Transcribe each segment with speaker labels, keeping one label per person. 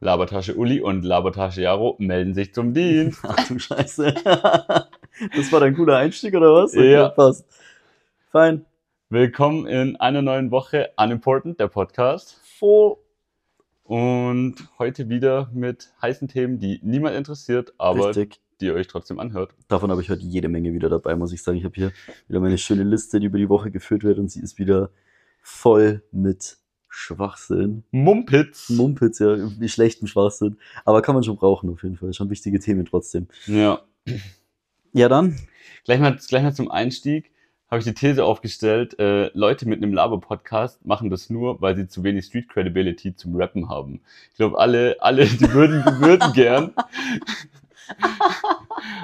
Speaker 1: Labertasche Uli und Labertasche Jaro melden sich zum Dienst.
Speaker 2: Ach du Scheiße. das war dein cooler Einstieg oder was?
Speaker 1: Ja.
Speaker 2: Passt. Fein.
Speaker 1: Willkommen in einer neuen Woche Unimportant, der Podcast.
Speaker 2: Voll.
Speaker 1: Und heute wieder mit heißen Themen, die niemand interessiert, aber
Speaker 2: Richtig.
Speaker 1: die ihr euch trotzdem anhört.
Speaker 2: Davon habe ich heute jede Menge wieder dabei, muss ich sagen. Ich habe hier wieder meine schöne Liste, die über die Woche geführt wird und sie ist wieder voll mit Schwachsinn.
Speaker 1: Mumpitz.
Speaker 2: Mumpitz, ja, irgendwie schlechten Schwachsinn. Aber kann man schon brauchen auf jeden Fall. Schon wichtige Themen trotzdem.
Speaker 1: ja.
Speaker 2: Ja, dann.
Speaker 1: Gleich mal, gleich mal zum Einstieg habe ich die These aufgestellt, äh, Leute mit einem Laber-Podcast machen das nur, weil sie zu wenig Street-Credibility zum Rappen haben. Ich glaube, alle, alle, die würden, würden gern.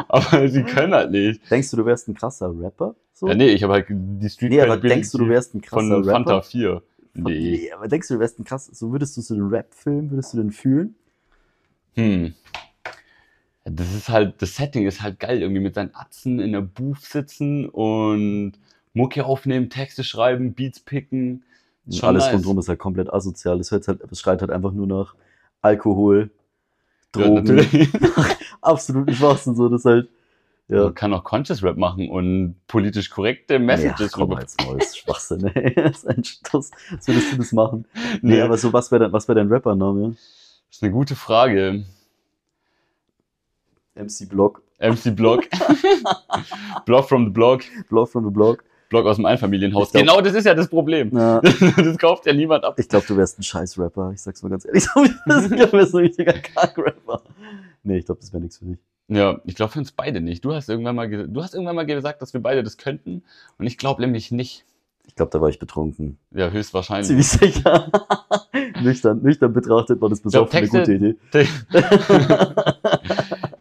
Speaker 1: aber sie können halt nicht.
Speaker 2: Denkst du, du wärst ein krasser Rapper? So?
Speaker 1: Ja, nee, ich habe halt die Street
Speaker 2: Nee, aber
Speaker 1: Credibility
Speaker 2: denkst du, du wärst ein krasser
Speaker 1: von
Speaker 2: Rapper?
Speaker 1: Fanta 4.
Speaker 2: Von-
Speaker 1: Nee.
Speaker 2: nee, aber denkst du, du wärst ein krasser, so würdest du so einen Rap-Film, würdest du den fühlen?
Speaker 1: Hm. Das ist halt, das Setting ist halt geil, irgendwie mit seinen Atzen in der Booth sitzen und Mucke aufnehmen, Texte schreiben, Beats picken. Ist schon
Speaker 2: Alles
Speaker 1: nice.
Speaker 2: rundherum ist halt komplett asozial. Es, hört halt, es schreit halt einfach nur nach Alkohol,
Speaker 1: Ja,
Speaker 2: Drogen,
Speaker 1: natürlich.
Speaker 2: absoluten Schwachsinn, so das ist halt. Ja,
Speaker 1: Man kann auch Conscious Rap machen und politisch korrekte
Speaker 2: ja
Speaker 1: Messages
Speaker 2: komm halt. mal,
Speaker 1: rüber.
Speaker 2: jetzt mal, das ist Schwachsinn, ey. Das ist ein Stoß. Was würdest du das machen? Nee,
Speaker 1: Nee,
Speaker 2: aber so, was wäre dein, was wär dein Rappername?
Speaker 1: das ist eine gute Frage.
Speaker 2: MC Block,
Speaker 1: MC Block. Block from the Block.
Speaker 2: Block from the Block.
Speaker 1: Block aus dem Einfamilienhaus.
Speaker 2: Ich glaub-
Speaker 1: genau das ist ja das Problem.
Speaker 2: Na,
Speaker 1: das kauft ja niemand ab.
Speaker 2: ich glaube, du wärst ein scheiß Rapper, ich sag's mal ganz ehrlich. Ich glaube, du wärst ein richtiger Kack-Rapper. Nee, ich glaube, das wäre nichts für dich.
Speaker 1: Ja, ich glaube für uns beide nicht. Du hast irgendwann mal, ge- du hast irgendwann mal gesagt, dass wir beide das könnten. Und ich glaube nämlich nicht.
Speaker 2: Ich glaube, da war ich betrunken.
Speaker 1: Ja, höchstwahrscheinlich.
Speaker 2: Ziemlich sicher. nüchtern, nüchtern betrachtet war das besoffen eine
Speaker 1: Texte-
Speaker 2: gute Idee.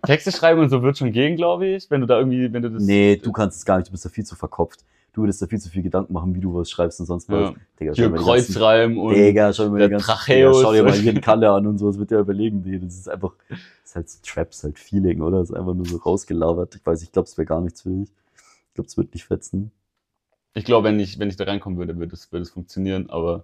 Speaker 1: Texte schreiben und so wird schon gehen, glaube ich. Wenn du da irgendwie, wenn du das.
Speaker 2: Nee, du kannst es gar nicht, du bist da viel zu verkopft. Du würdest da viel zu viel Gedanken machen, wie du was schreibst und sonst was.
Speaker 1: Ja.
Speaker 2: Digga,
Speaker 1: Hier
Speaker 2: mal die
Speaker 1: Kreuzreiben und.
Speaker 2: ganzen, Digga, schau dir mal
Speaker 1: der
Speaker 2: die ganzen, Digga,
Speaker 1: Tracheus.
Speaker 2: schau dir mal hier einen Kalle an und sowas, wird dir überlegen, nee, das ist einfach, das ist halt so Traps, halt Feeling, oder? Das ist einfach nur so rausgelabert. Ich weiß, ich glaube, es wäre gar nichts für dich. Ich glaube, es wird nicht fetzen.
Speaker 1: Ich glaube, wenn ich, wenn ich da reinkommen würde, würde es, würde es funktionieren, aber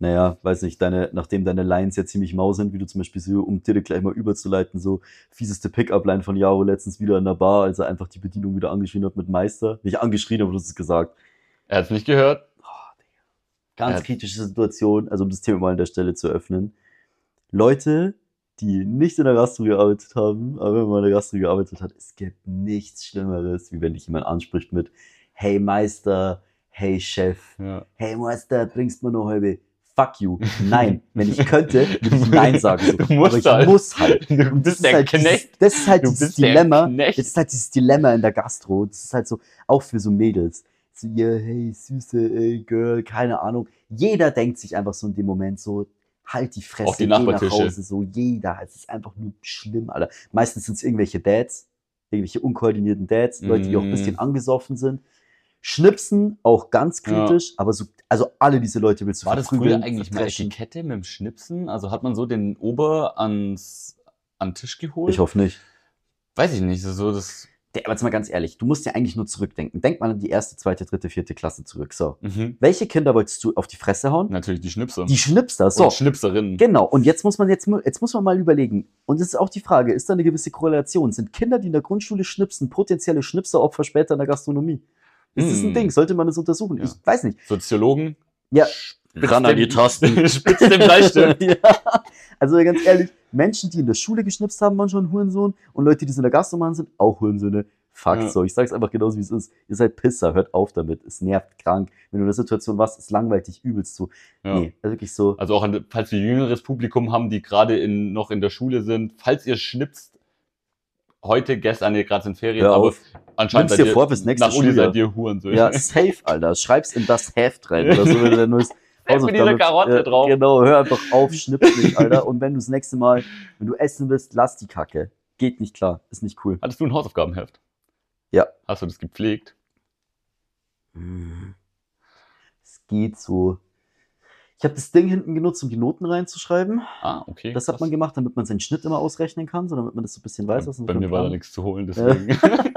Speaker 2: Naja, weiß nicht, deine, nachdem deine Lines ja ziemlich mau sind, wie du zum Beispiel so, um direkt gleich mal überzuleiten, so fieseste Pickup-Line von Jaro letztens wieder in der Bar, als er einfach die Bedienung wieder angeschrien hat mit Meister. Nicht angeschrien, aber du hast es gesagt.
Speaker 1: er hat es nicht gehört.
Speaker 2: Ganz
Speaker 1: Ja.
Speaker 2: kritische Situation, also um das Thema mal an der Stelle zu öffnen. Leute, die nicht in der Gastro gearbeitet haben, aber wenn man in der Gastro gearbeitet hat, es gibt nichts Schlimmeres, wie wenn dich jemand anspricht mit Hey Meister, Hey Chef,
Speaker 1: Ja.
Speaker 2: hey Meister, bringst mir noch halbe. Fuck you. Nein, wenn ich könnte, würde ich Nein sagen. So.
Speaker 1: Du musst
Speaker 2: Aber ich
Speaker 1: halt.
Speaker 2: muss halt.
Speaker 1: Du
Speaker 2: Und
Speaker 1: bist
Speaker 2: das, ist
Speaker 1: der
Speaker 2: halt dieses,
Speaker 1: Knecht.
Speaker 2: das ist halt
Speaker 1: Du
Speaker 2: dieses
Speaker 1: bist der
Speaker 2: Dilemma. Das
Speaker 1: Knecht.
Speaker 2: ist halt dieses Dilemma in der Gastro. Das ist halt so, auch für so Mädels. So, ja, hey, süße ey, Girl, keine Ahnung. Jeder denkt sich einfach so in dem Moment so, halt die Fresse,
Speaker 1: Auf die
Speaker 2: geh nach
Speaker 1: Nachbartische.
Speaker 2: Hause. So, jeder. Es ist einfach nur schlimm, Alter. Meistens sind es irgendwelche Dads, irgendwelche unkoordinierten Dads, Leute, die auch
Speaker 1: Mm.
Speaker 2: ein bisschen angesoffen sind. Schnipsen, auch ganz
Speaker 1: Ja.
Speaker 2: kritisch, aber so, also alle diese Leute willst du
Speaker 1: War das früher
Speaker 2: verprügeln,
Speaker 1: eigentlich mal
Speaker 2: verdreschen.
Speaker 1: Etikette mit dem Schnipsen? Also hat man so den Ober ans, an den Tisch geholt?
Speaker 2: Ich hoffe nicht.
Speaker 1: Weiß ich nicht, so das.
Speaker 2: Der, aber jetzt mal ganz ehrlich, du musst ja eigentlich nur zurückdenken. Denk mal an die erste, zweite, dritte, vierte Klasse zurück. So.
Speaker 1: Mhm.
Speaker 2: Welche Kinder wolltest du auf die Fresse hauen?
Speaker 1: Natürlich die Schnipser.
Speaker 2: Die Schnipster, so.
Speaker 1: Und Schnipserinnen.
Speaker 2: Genau, und jetzt muss man jetzt, mu- jetzt muss man mal überlegen. Und es ist auch die Frage, ist da eine gewisse Korrelation? Sind Kinder, die in der Grundschule schnipsen, potenzielle Schnipseropfer später in der Gastronomie? Das ist ein
Speaker 1: Hm.
Speaker 2: Ding, sollte man das untersuchen?
Speaker 1: Ja.
Speaker 2: Ich weiß nicht.
Speaker 1: Soziologen.
Speaker 2: Ja.
Speaker 1: Spitz
Speaker 2: Ran an
Speaker 1: den-
Speaker 2: die Tasten.
Speaker 1: Spitz den Bleistift.
Speaker 2: ja. Also ganz ehrlich, Menschen, die in der Schule geschnipst haben, waren schon Hurensohn und Leute, die es in der Gastronomie sind, auch Hurensöhne. Fuck
Speaker 1: Ja.
Speaker 2: so, ich sag's einfach genauso, wie es ist. Ihr seid Pisser, hört auf damit. Es nervt krank. Wenn du in der Situation warst, es langweilt dich übelst so.
Speaker 1: Ja.
Speaker 2: Nee, also wirklich so.
Speaker 1: Also auch, an, falls wir jüngeres Publikum haben, die gerade in, noch in der Schule sind, falls ihr schnipst, heute, gestern, nee, gerade sind Ferien,
Speaker 2: Hör
Speaker 1: aber
Speaker 2: auf.
Speaker 1: anscheinend
Speaker 2: Nimm's
Speaker 1: seid
Speaker 2: dir
Speaker 1: ihr
Speaker 2: vor fürs nächste
Speaker 1: nach Uni
Speaker 2: Schuljahr.
Speaker 1: seid ihr Hurensöhne.
Speaker 2: Ja, safe, Alter. Schreib's in das Heft rein oder so, wenn du dein neues
Speaker 1: Selbst mit dieser
Speaker 2: Hausaufgaben-
Speaker 1: Karotte
Speaker 2: Ja,
Speaker 1: drauf.
Speaker 2: Genau, hör einfach auf, schnippst nicht, Alter. Und wenn du das nächste Mal, wenn du essen willst, lass die Kacke. Geht nicht klar, ist nicht cool.
Speaker 1: Hattest du ein Hausaufgabenheft?
Speaker 2: Ja.
Speaker 1: Hast du das gepflegt?
Speaker 2: Es geht so. Ich habe das Ding hinten genutzt, um die Noten reinzuschreiben.
Speaker 1: Ah, okay.
Speaker 2: Das hat man gemacht, damit man seinen Schnitt immer ausrechnen kann, so damit man das so ein bisschen weiß, was man
Speaker 1: Bei
Speaker 2: für
Speaker 1: mir
Speaker 2: einen
Speaker 1: war da
Speaker 2: Plan-
Speaker 1: nichts zu holen,
Speaker 2: Ja.
Speaker 1: deswegen.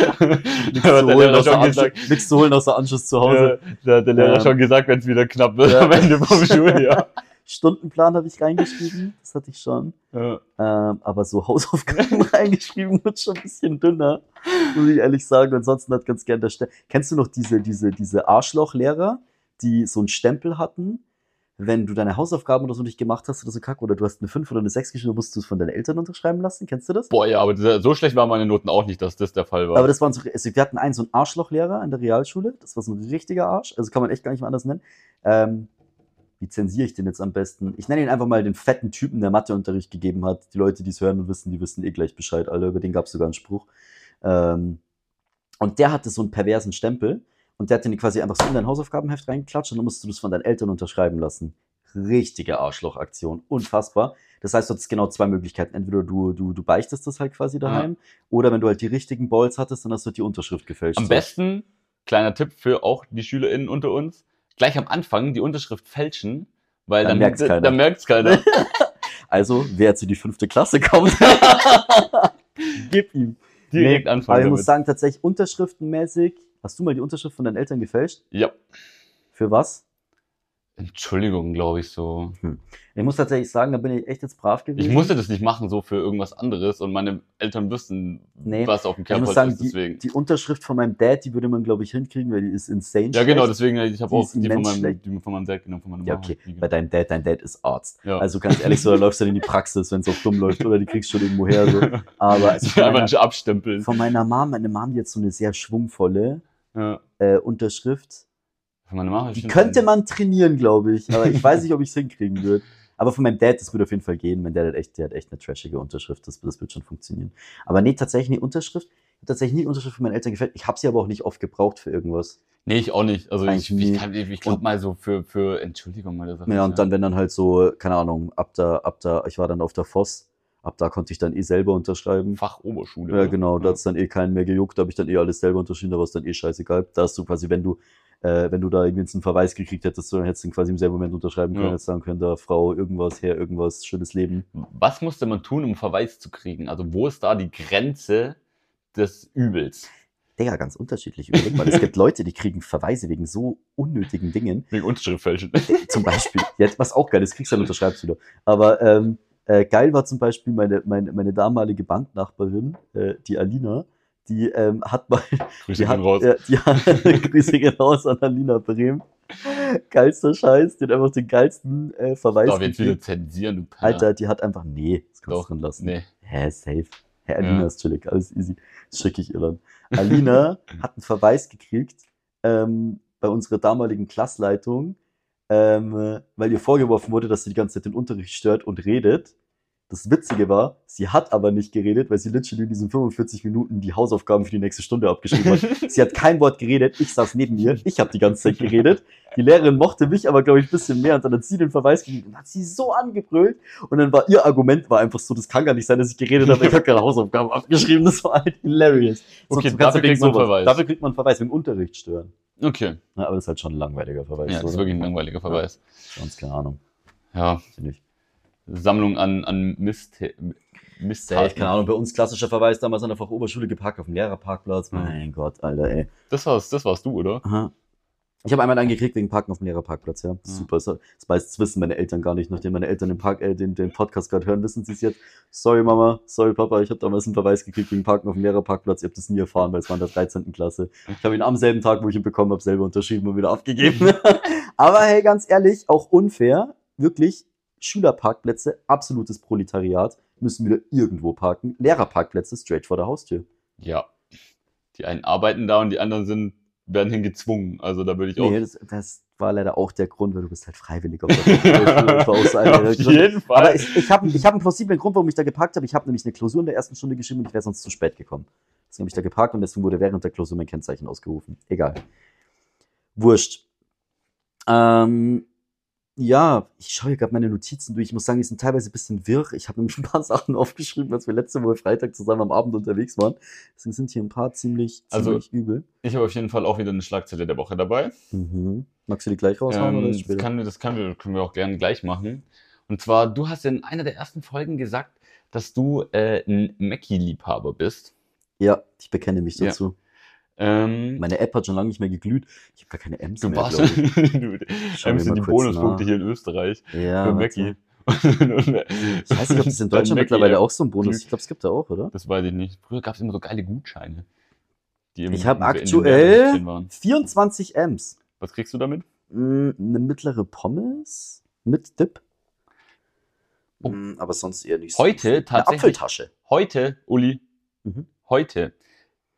Speaker 1: Da
Speaker 2: Nichts
Speaker 1: hat
Speaker 2: zu
Speaker 1: der
Speaker 2: holen
Speaker 1: Lehrer
Speaker 2: aus der
Speaker 1: schon
Speaker 2: Anschluss-
Speaker 1: gesagt,
Speaker 2: nichts zu holen aus der Anschluss zu Hause.
Speaker 1: ja, da hat der Lehrer
Speaker 2: Ähm.
Speaker 1: schon gesagt, wenn es wieder knapp wird
Speaker 2: Ja.
Speaker 1: am Ende vom Schuljahr.
Speaker 2: Stundenplan habe ich reingeschrieben, das hatte ich schon.
Speaker 1: Ja.
Speaker 2: Ähm, aber so Hausaufgaben reingeschrieben wird schon ein bisschen dünner, muss ich ehrlich sagen. Ansonsten hat ganz gern der Stempel. Kennst du noch diese, diese, diese Arschlochlehrer, die so einen Stempel hatten? Wenn du deine Hausaufgaben oder so nicht gemacht hast oder so Kack, oder du hast eine 5 oder eine 6 geschrieben, musst du es von deinen Eltern unterschreiben lassen. Kennst du das?
Speaker 1: Boah, ja, aber dieser- so schlecht waren meine Noten auch nicht, dass das der Fall war.
Speaker 2: Aber das waren so, also wir hatten einen so einen Arschlochlehrer in der Realschule. Das war so ein richtiger Arsch. Also kann man echt gar nicht mehr anders nennen. Ähm, wie zensiere ich den jetzt am besten? Ich nenne ihn einfach mal den fetten Typen, der Matheunterricht gegeben hat. Die Leute, die es hören und wissen, die wissen eh gleich Bescheid, alle. Über den gab es sogar einen Spruch. Ähm, und der hatte so einen perversen Stempel. Und der hat den quasi einfach so in dein Hausaufgabenheft reingeklatscht und dann musst du das von deinen Eltern unterschreiben lassen. Richtige Arschlochaktion. Unfassbar. Das heißt, du hattest genau zwei Möglichkeiten. Entweder du, du, du beichtest das halt quasi daheim oder wenn du halt die richtigen Balls hattest, dann hast du die Unterschrift gefälscht.
Speaker 1: am
Speaker 2: So.
Speaker 1: besten, kleiner Tipp für auch die SchülerInnen unter uns, gleich am Anfang die Unterschrift fälschen, weil
Speaker 2: Dann
Speaker 1: dann,
Speaker 2: merkt's keiner.
Speaker 1: dann merkt's keiner.
Speaker 2: Also, wer jetzt in die fünfte Klasse kommt, gib ihm.
Speaker 1: Direkt
Speaker 2: Nee,
Speaker 1: anfangen
Speaker 2: Aber ich
Speaker 1: damit.
Speaker 2: muss sagen, tatsächlich unterschriftenmäßig, hast du mal die Unterschrift von deinen Eltern gefälscht?
Speaker 1: ja.
Speaker 2: Für was?
Speaker 1: Entschuldigung, glaube ich so.
Speaker 2: Ich muss tatsächlich sagen, da bin ich echt jetzt brav gewesen.
Speaker 1: Ich musste das nicht machen, so für irgendwas anderes und meine Eltern wüssten,
Speaker 2: Nee,
Speaker 1: was auf dem
Speaker 2: ich muss
Speaker 1: Kerbholz
Speaker 2: sagen,
Speaker 1: ist,
Speaker 2: die,
Speaker 1: deswegen.
Speaker 2: die Unterschrift von meinem Dad, die würde man, glaube ich, hinkriegen, weil die ist insane
Speaker 1: ja, genau,
Speaker 2: schlecht.
Speaker 1: deswegen, ich habe
Speaker 2: Die
Speaker 1: auch
Speaker 2: ist
Speaker 1: die von,
Speaker 2: immens
Speaker 1: meinem,
Speaker 2: schlecht.
Speaker 1: die von meinem Dad genommen, von meiner
Speaker 2: Ja,
Speaker 1: Mama.
Speaker 2: okay.
Speaker 1: Die-
Speaker 2: Bei deinem Dad, dein Dad ist Arzt.
Speaker 1: Ja.
Speaker 2: Also ganz ehrlich, so, da läufst du dann in die Praxis, wenn es auf dumm läuft, oder die kriegst du schon irgendwo her. So. Aber also von,
Speaker 1: Einfach
Speaker 2: meiner,
Speaker 1: nicht abstempeln.
Speaker 2: von meiner Mom, meine Mom, die hat so eine sehr schwungvolle
Speaker 1: Ja.
Speaker 2: äh, Unterschrift.
Speaker 1: Von meiner Mama hab ich
Speaker 2: Die
Speaker 1: schon-
Speaker 2: könnte man trainieren, glaube ich. Aber ich weiß nicht, ob ich es hinkriegen würde. Aber von meinem Dad, das würde auf jeden Fall gehen. Mein Dad hat echt, der hat echt eine trashige Unterschrift. Das, das wird schon funktionieren. Aber nee, tatsächlich eine Unterschrift. Ich hab Tatsächlich nie die Unterschrift von meinen Eltern gefällt. Ich habe sie aber auch nicht oft gebraucht für irgendwas.
Speaker 1: Nee, ich auch nicht. Also ich,
Speaker 2: Eigentlich
Speaker 1: ich,
Speaker 2: nie.
Speaker 1: kann- ich, ich glaube mal so für, für Entschuldigung mal das
Speaker 2: Ja, und dann, wenn dann halt so, keine Ahnung, ab da, ab da, ich war dann auf der Voss, ab da konnte ich dann eh selber unterschreiben.
Speaker 1: Fach Oberschule.
Speaker 2: Ja,
Speaker 1: oder?
Speaker 2: genau, da hat's dann eh keinen mehr gejuckt, da habe ich dann eh alles selber unterschrieben, da war es dann eh scheißegal. Da hast du quasi, wenn du, äh, wenn du da irgendwie jetzt einen Verweis gekriegt hättest, dann hättest du ihn quasi im selben Moment unterschreiben können,
Speaker 1: Ja.
Speaker 2: hättest sagen können, da Frau, irgendwas, Herr, irgendwas, schönes Leben.
Speaker 1: Was musste man tun, um Verweis zu kriegen? Also wo ist da die Grenze des Übels?
Speaker 2: Digga, ganz unterschiedlich, überleg mal. es gibt Leute, die kriegen Verweise wegen so unnötigen Dingen.
Speaker 1: Wegen Unterschrift fälschen.
Speaker 2: Zum Beispiel, jetzt, was auch geil ist, kriegst du dann unterschreibst wieder. Aber ähm, äh, geil war zum Beispiel meine, meine, meine damalige Bandnachbarin, äh, die Alina, die ähm, hat mal
Speaker 1: Grüße
Speaker 2: Die
Speaker 1: gehen
Speaker 2: hat,
Speaker 1: raus.
Speaker 2: Ja, die hat, Grüße gehen raus an Alina Brehm. Geilster Scheiß, den einfach den geilsten äh, Verweis.
Speaker 1: Darf ich jetzt wieder
Speaker 2: gekriegt.
Speaker 1: zensieren, du Penner.
Speaker 2: Alter, die hat einfach, nee, das kannst du
Speaker 1: Doch,
Speaker 2: drin lassen.
Speaker 1: Nee.
Speaker 2: Hä, safe. Hä, Alina
Speaker 1: Ja.
Speaker 2: ist chillig, alles easy. Das schicke ich ihr dann. Alina hat einen Verweis gekriegt ähm, bei unserer damaligen Klassleitung, ähm, weil ihr vorgeworfen wurde, dass sie die ganze Zeit den Unterricht stört und redet. Das Witzige war, sie hat aber nicht geredet, weil sie literally in diesen 45 Minuten die Hausaufgaben für die nächste Stunde abgeschrieben hat. Sie hat kein Wort geredet, ich saß neben ihr, ich habe die ganze Zeit geredet. Die Lehrerin mochte mich aber, glaube ich, ein bisschen mehr und dann hat sie den Verweis gegeben und hat sie so angebrüllt. Und dann war ihr Argument war einfach so, das kann gar nicht sein, dass ich geredet habe, ich habe keine Hausaufgaben abgeschrieben, das war halt hilarious.
Speaker 1: Okay,
Speaker 2: Sonst kannst du
Speaker 1: dafür
Speaker 2: wegen
Speaker 1: kriegt man
Speaker 2: sowas-
Speaker 1: Verweis.
Speaker 2: Dafür kriegt man einen Verweis, wegen Unterricht stören.
Speaker 1: Okay.
Speaker 2: Ja, aber das ist halt schon ein langweiliger Verweis.
Speaker 1: Ja, das ist
Speaker 2: oder?
Speaker 1: wirklich ein langweiliger Verweis.
Speaker 2: Ganz keine Ahnung,
Speaker 1: Ja.
Speaker 2: finde ich.
Speaker 1: Sammlung an, an Mist. Mist.
Speaker 2: Safe, keine Ahnung, bei uns klassischer Verweis damals an der Fachoberschule geparkt auf dem Lehrerparkplatz.
Speaker 1: Mhm.
Speaker 2: Mein Gott, Alter, ey.
Speaker 1: Das war's, das warst du, oder?
Speaker 2: Aha. Ich habe einmal einen gekriegt wegen Parken auf dem Lehrerparkplatz, ja. Super. So, Das weiß, das wissen meine Eltern gar nicht. Nachdem meine Eltern den, Park, äh, den, den Podcast gerade hören, wissen sie es jetzt. Sorry, Mama, sorry, Papa, ich habe damals einen Verweis gekriegt wegen Parken auf dem Lehrerparkplatz. Ihr habt das nie erfahren, weil es war in der 13. Klasse. Ich habe ihn am selben Tag, wo ich ihn bekommen habe, selber unterschrieben und wieder abgegeben. Aber hey, ganz ehrlich, auch unfair. Wirklich, Schülerparkplätze, absolutes Proletariat, müssen wieder irgendwo parken. Lehrerparkplätze straight vor der Haustür.
Speaker 1: Ja. Die einen arbeiten da und die anderen sind, werden hingezwungen. Also da würde ich auch.
Speaker 2: Nee, das, das war leider auch der Grund, weil du bist halt freiwillig auf der Schule. Ich war auch so einer, der
Speaker 1: Auf
Speaker 2: gesagt hat,
Speaker 1: jeden Fall.
Speaker 2: Aber ich, ich habe ich hab einen plausiblen Grund, warum ich da geparkt habe. Ich habe nämlich eine Klausur in der ersten Stunde geschrieben und ich wäre sonst zu spät gekommen. Deswegen habe ich da geparkt und deswegen wurde während der Klausur mein Kennzeichen ausgerufen. Egal. Wurscht. Ähm, ja, ich schaue hier gerade meine Notizen durch. Ich muss sagen, die sind teilweise ein bisschen wirr. Ich habe nämlich ein paar Sachen aufgeschrieben, als wir letzte Woche Freitag zusammen am Abend unterwegs waren. Deswegen sind hier ein paar ziemlich,
Speaker 1: Also-
Speaker 2: ziemlich übel.
Speaker 1: Ich habe auf jeden Fall auch wieder eine Schlagzeile der Woche dabei.
Speaker 2: Mhm. Magst du die gleich raushauen
Speaker 1: Ähm,
Speaker 2: oder erst
Speaker 1: das
Speaker 2: später?
Speaker 1: kann, das kann, wir- können wir auch gerne gleich machen. Und zwar, du hast ja in einer der ersten Folgen gesagt, dass du äh, ein Mackie-Liebhaber bist.
Speaker 2: Ja, ich bekenne mich
Speaker 1: Ja.
Speaker 2: dazu.
Speaker 1: Ähm,
Speaker 2: Meine App hat schon lange nicht mehr geglüht. Ich habe gar keine M's
Speaker 1: du
Speaker 2: mehr,
Speaker 1: warst.
Speaker 2: glaub ich.
Speaker 1: du
Speaker 2: Schau mir
Speaker 1: ähm, sind
Speaker 2: mal
Speaker 1: die
Speaker 2: kurz
Speaker 1: Bonuspunkte
Speaker 2: nach.
Speaker 1: hier in Österreich.
Speaker 2: Ja,
Speaker 1: für
Speaker 2: warte.
Speaker 1: Mackie. Und- und-
Speaker 2: Ich weiß nicht, ob es
Speaker 1: dann
Speaker 2: in Deutschland
Speaker 1: Mackie,
Speaker 2: mittlerweile
Speaker 1: ey.
Speaker 2: auch so einen Bonus
Speaker 1: glüht.
Speaker 2: Ich glaube, es gibt da auch, oder?
Speaker 1: Das weiß ich nicht. Früher gab es immer so geile Gutscheine. die im-
Speaker 2: Ich habe
Speaker 1: in- in den
Speaker 2: aktuell-
Speaker 1: Werbung waren.
Speaker 2: 24 M's.
Speaker 1: Was kriegst du damit?
Speaker 2: Mm, Eine mittlere Pommes mit Dip.
Speaker 1: Oh.
Speaker 2: Mm, Aber sonst eher nicht
Speaker 1: Heute
Speaker 2: viel. Eine
Speaker 1: tatsächlich-
Speaker 2: Apfeltasche.
Speaker 1: Heute, Uli,
Speaker 2: Mhm.
Speaker 1: heute,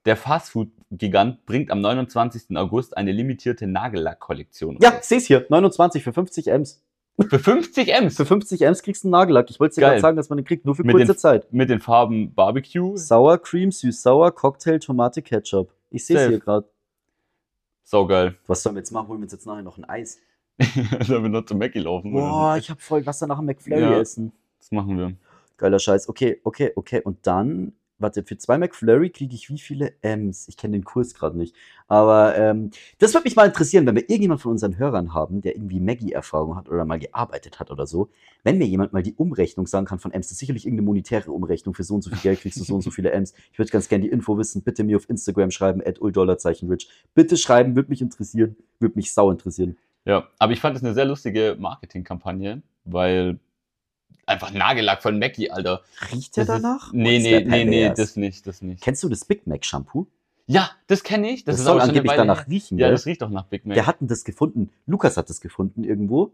Speaker 1: der Fastfood-Gigant bringt am 29. August eine limitierte Nagellack-Kollektion.
Speaker 2: Ja,
Speaker 1: raus.
Speaker 2: ich seh's hier. 29 für 50 M's.
Speaker 1: Für 50 M's.
Speaker 2: Für 50 M's kriegst du einen Nagellack. Ich wollte dir
Speaker 1: Geil.
Speaker 2: gerade sagen, dass man den kriegt, nur für
Speaker 1: Mit
Speaker 2: kurze
Speaker 1: den-
Speaker 2: Zeit.
Speaker 1: Mit den Farben Barbecue,
Speaker 2: Sour Cream, Süß Sour, Cocktail, Tomate, Ketchup. Ich sehe es
Speaker 1: Safe.
Speaker 2: hier gerade.
Speaker 1: saugeil.
Speaker 2: Was sollen wir jetzt machen? Holen wir uns jetzt nachher noch ein Eis?
Speaker 1: Sollen wir noch zum Mackie laufen? oder
Speaker 2: Boah,
Speaker 1: so?
Speaker 2: ich habe voll Wasser nach dem McFlurry
Speaker 1: Ja.
Speaker 2: essen.
Speaker 1: Das machen wir.
Speaker 2: Geiler Scheiß. Okay, okay, okay. Und dann, warte, für zwei McFlurry kriege ich wie viele M's? Ich kenne den Kurs gerade nicht. Aber ähm, das würde mich mal interessieren, wenn wir irgendjemand von unseren Hörern haben, der irgendwie Maggie-Erfahrung hat oder mal gearbeitet hat oder so. Wenn mir jemand mal die Umrechnung sagen kann von M's, das ist sicherlich irgendeine monetäre Umrechnung. Für so und so viel Geld kriegst du so und so viele M's. Ich würde ganz gerne die Info wissen. Bitte mir auf Instagram schreiben, at uldollarzeichen-rich. Bitte schreiben, würde mich interessieren. Würde mich sau interessieren.
Speaker 1: Ja, aber ich fand das eine sehr lustige Marketingkampagne, weil einfach Nagellack von Mackie, Alter.
Speaker 2: Riecht der
Speaker 1: Das ist-
Speaker 2: danach?
Speaker 1: Nee,
Speaker 2: Ist
Speaker 1: nee,
Speaker 2: der
Speaker 1: nee, nee,
Speaker 2: pervers.
Speaker 1: das nicht, das nicht.
Speaker 2: Kennst du das Big Mac Shampoo?
Speaker 1: Ja, das kenne ich.
Speaker 2: Das,
Speaker 1: Das, ist
Speaker 2: soll
Speaker 1: aber schon eine
Speaker 2: angeblich
Speaker 1: Weile
Speaker 2: danach
Speaker 1: her.
Speaker 2: riechen.
Speaker 1: Ja,
Speaker 2: gell?
Speaker 1: das riecht doch nach Big Mac.
Speaker 2: Wer hat denn das gefunden? Lukas hat das gefunden irgendwo,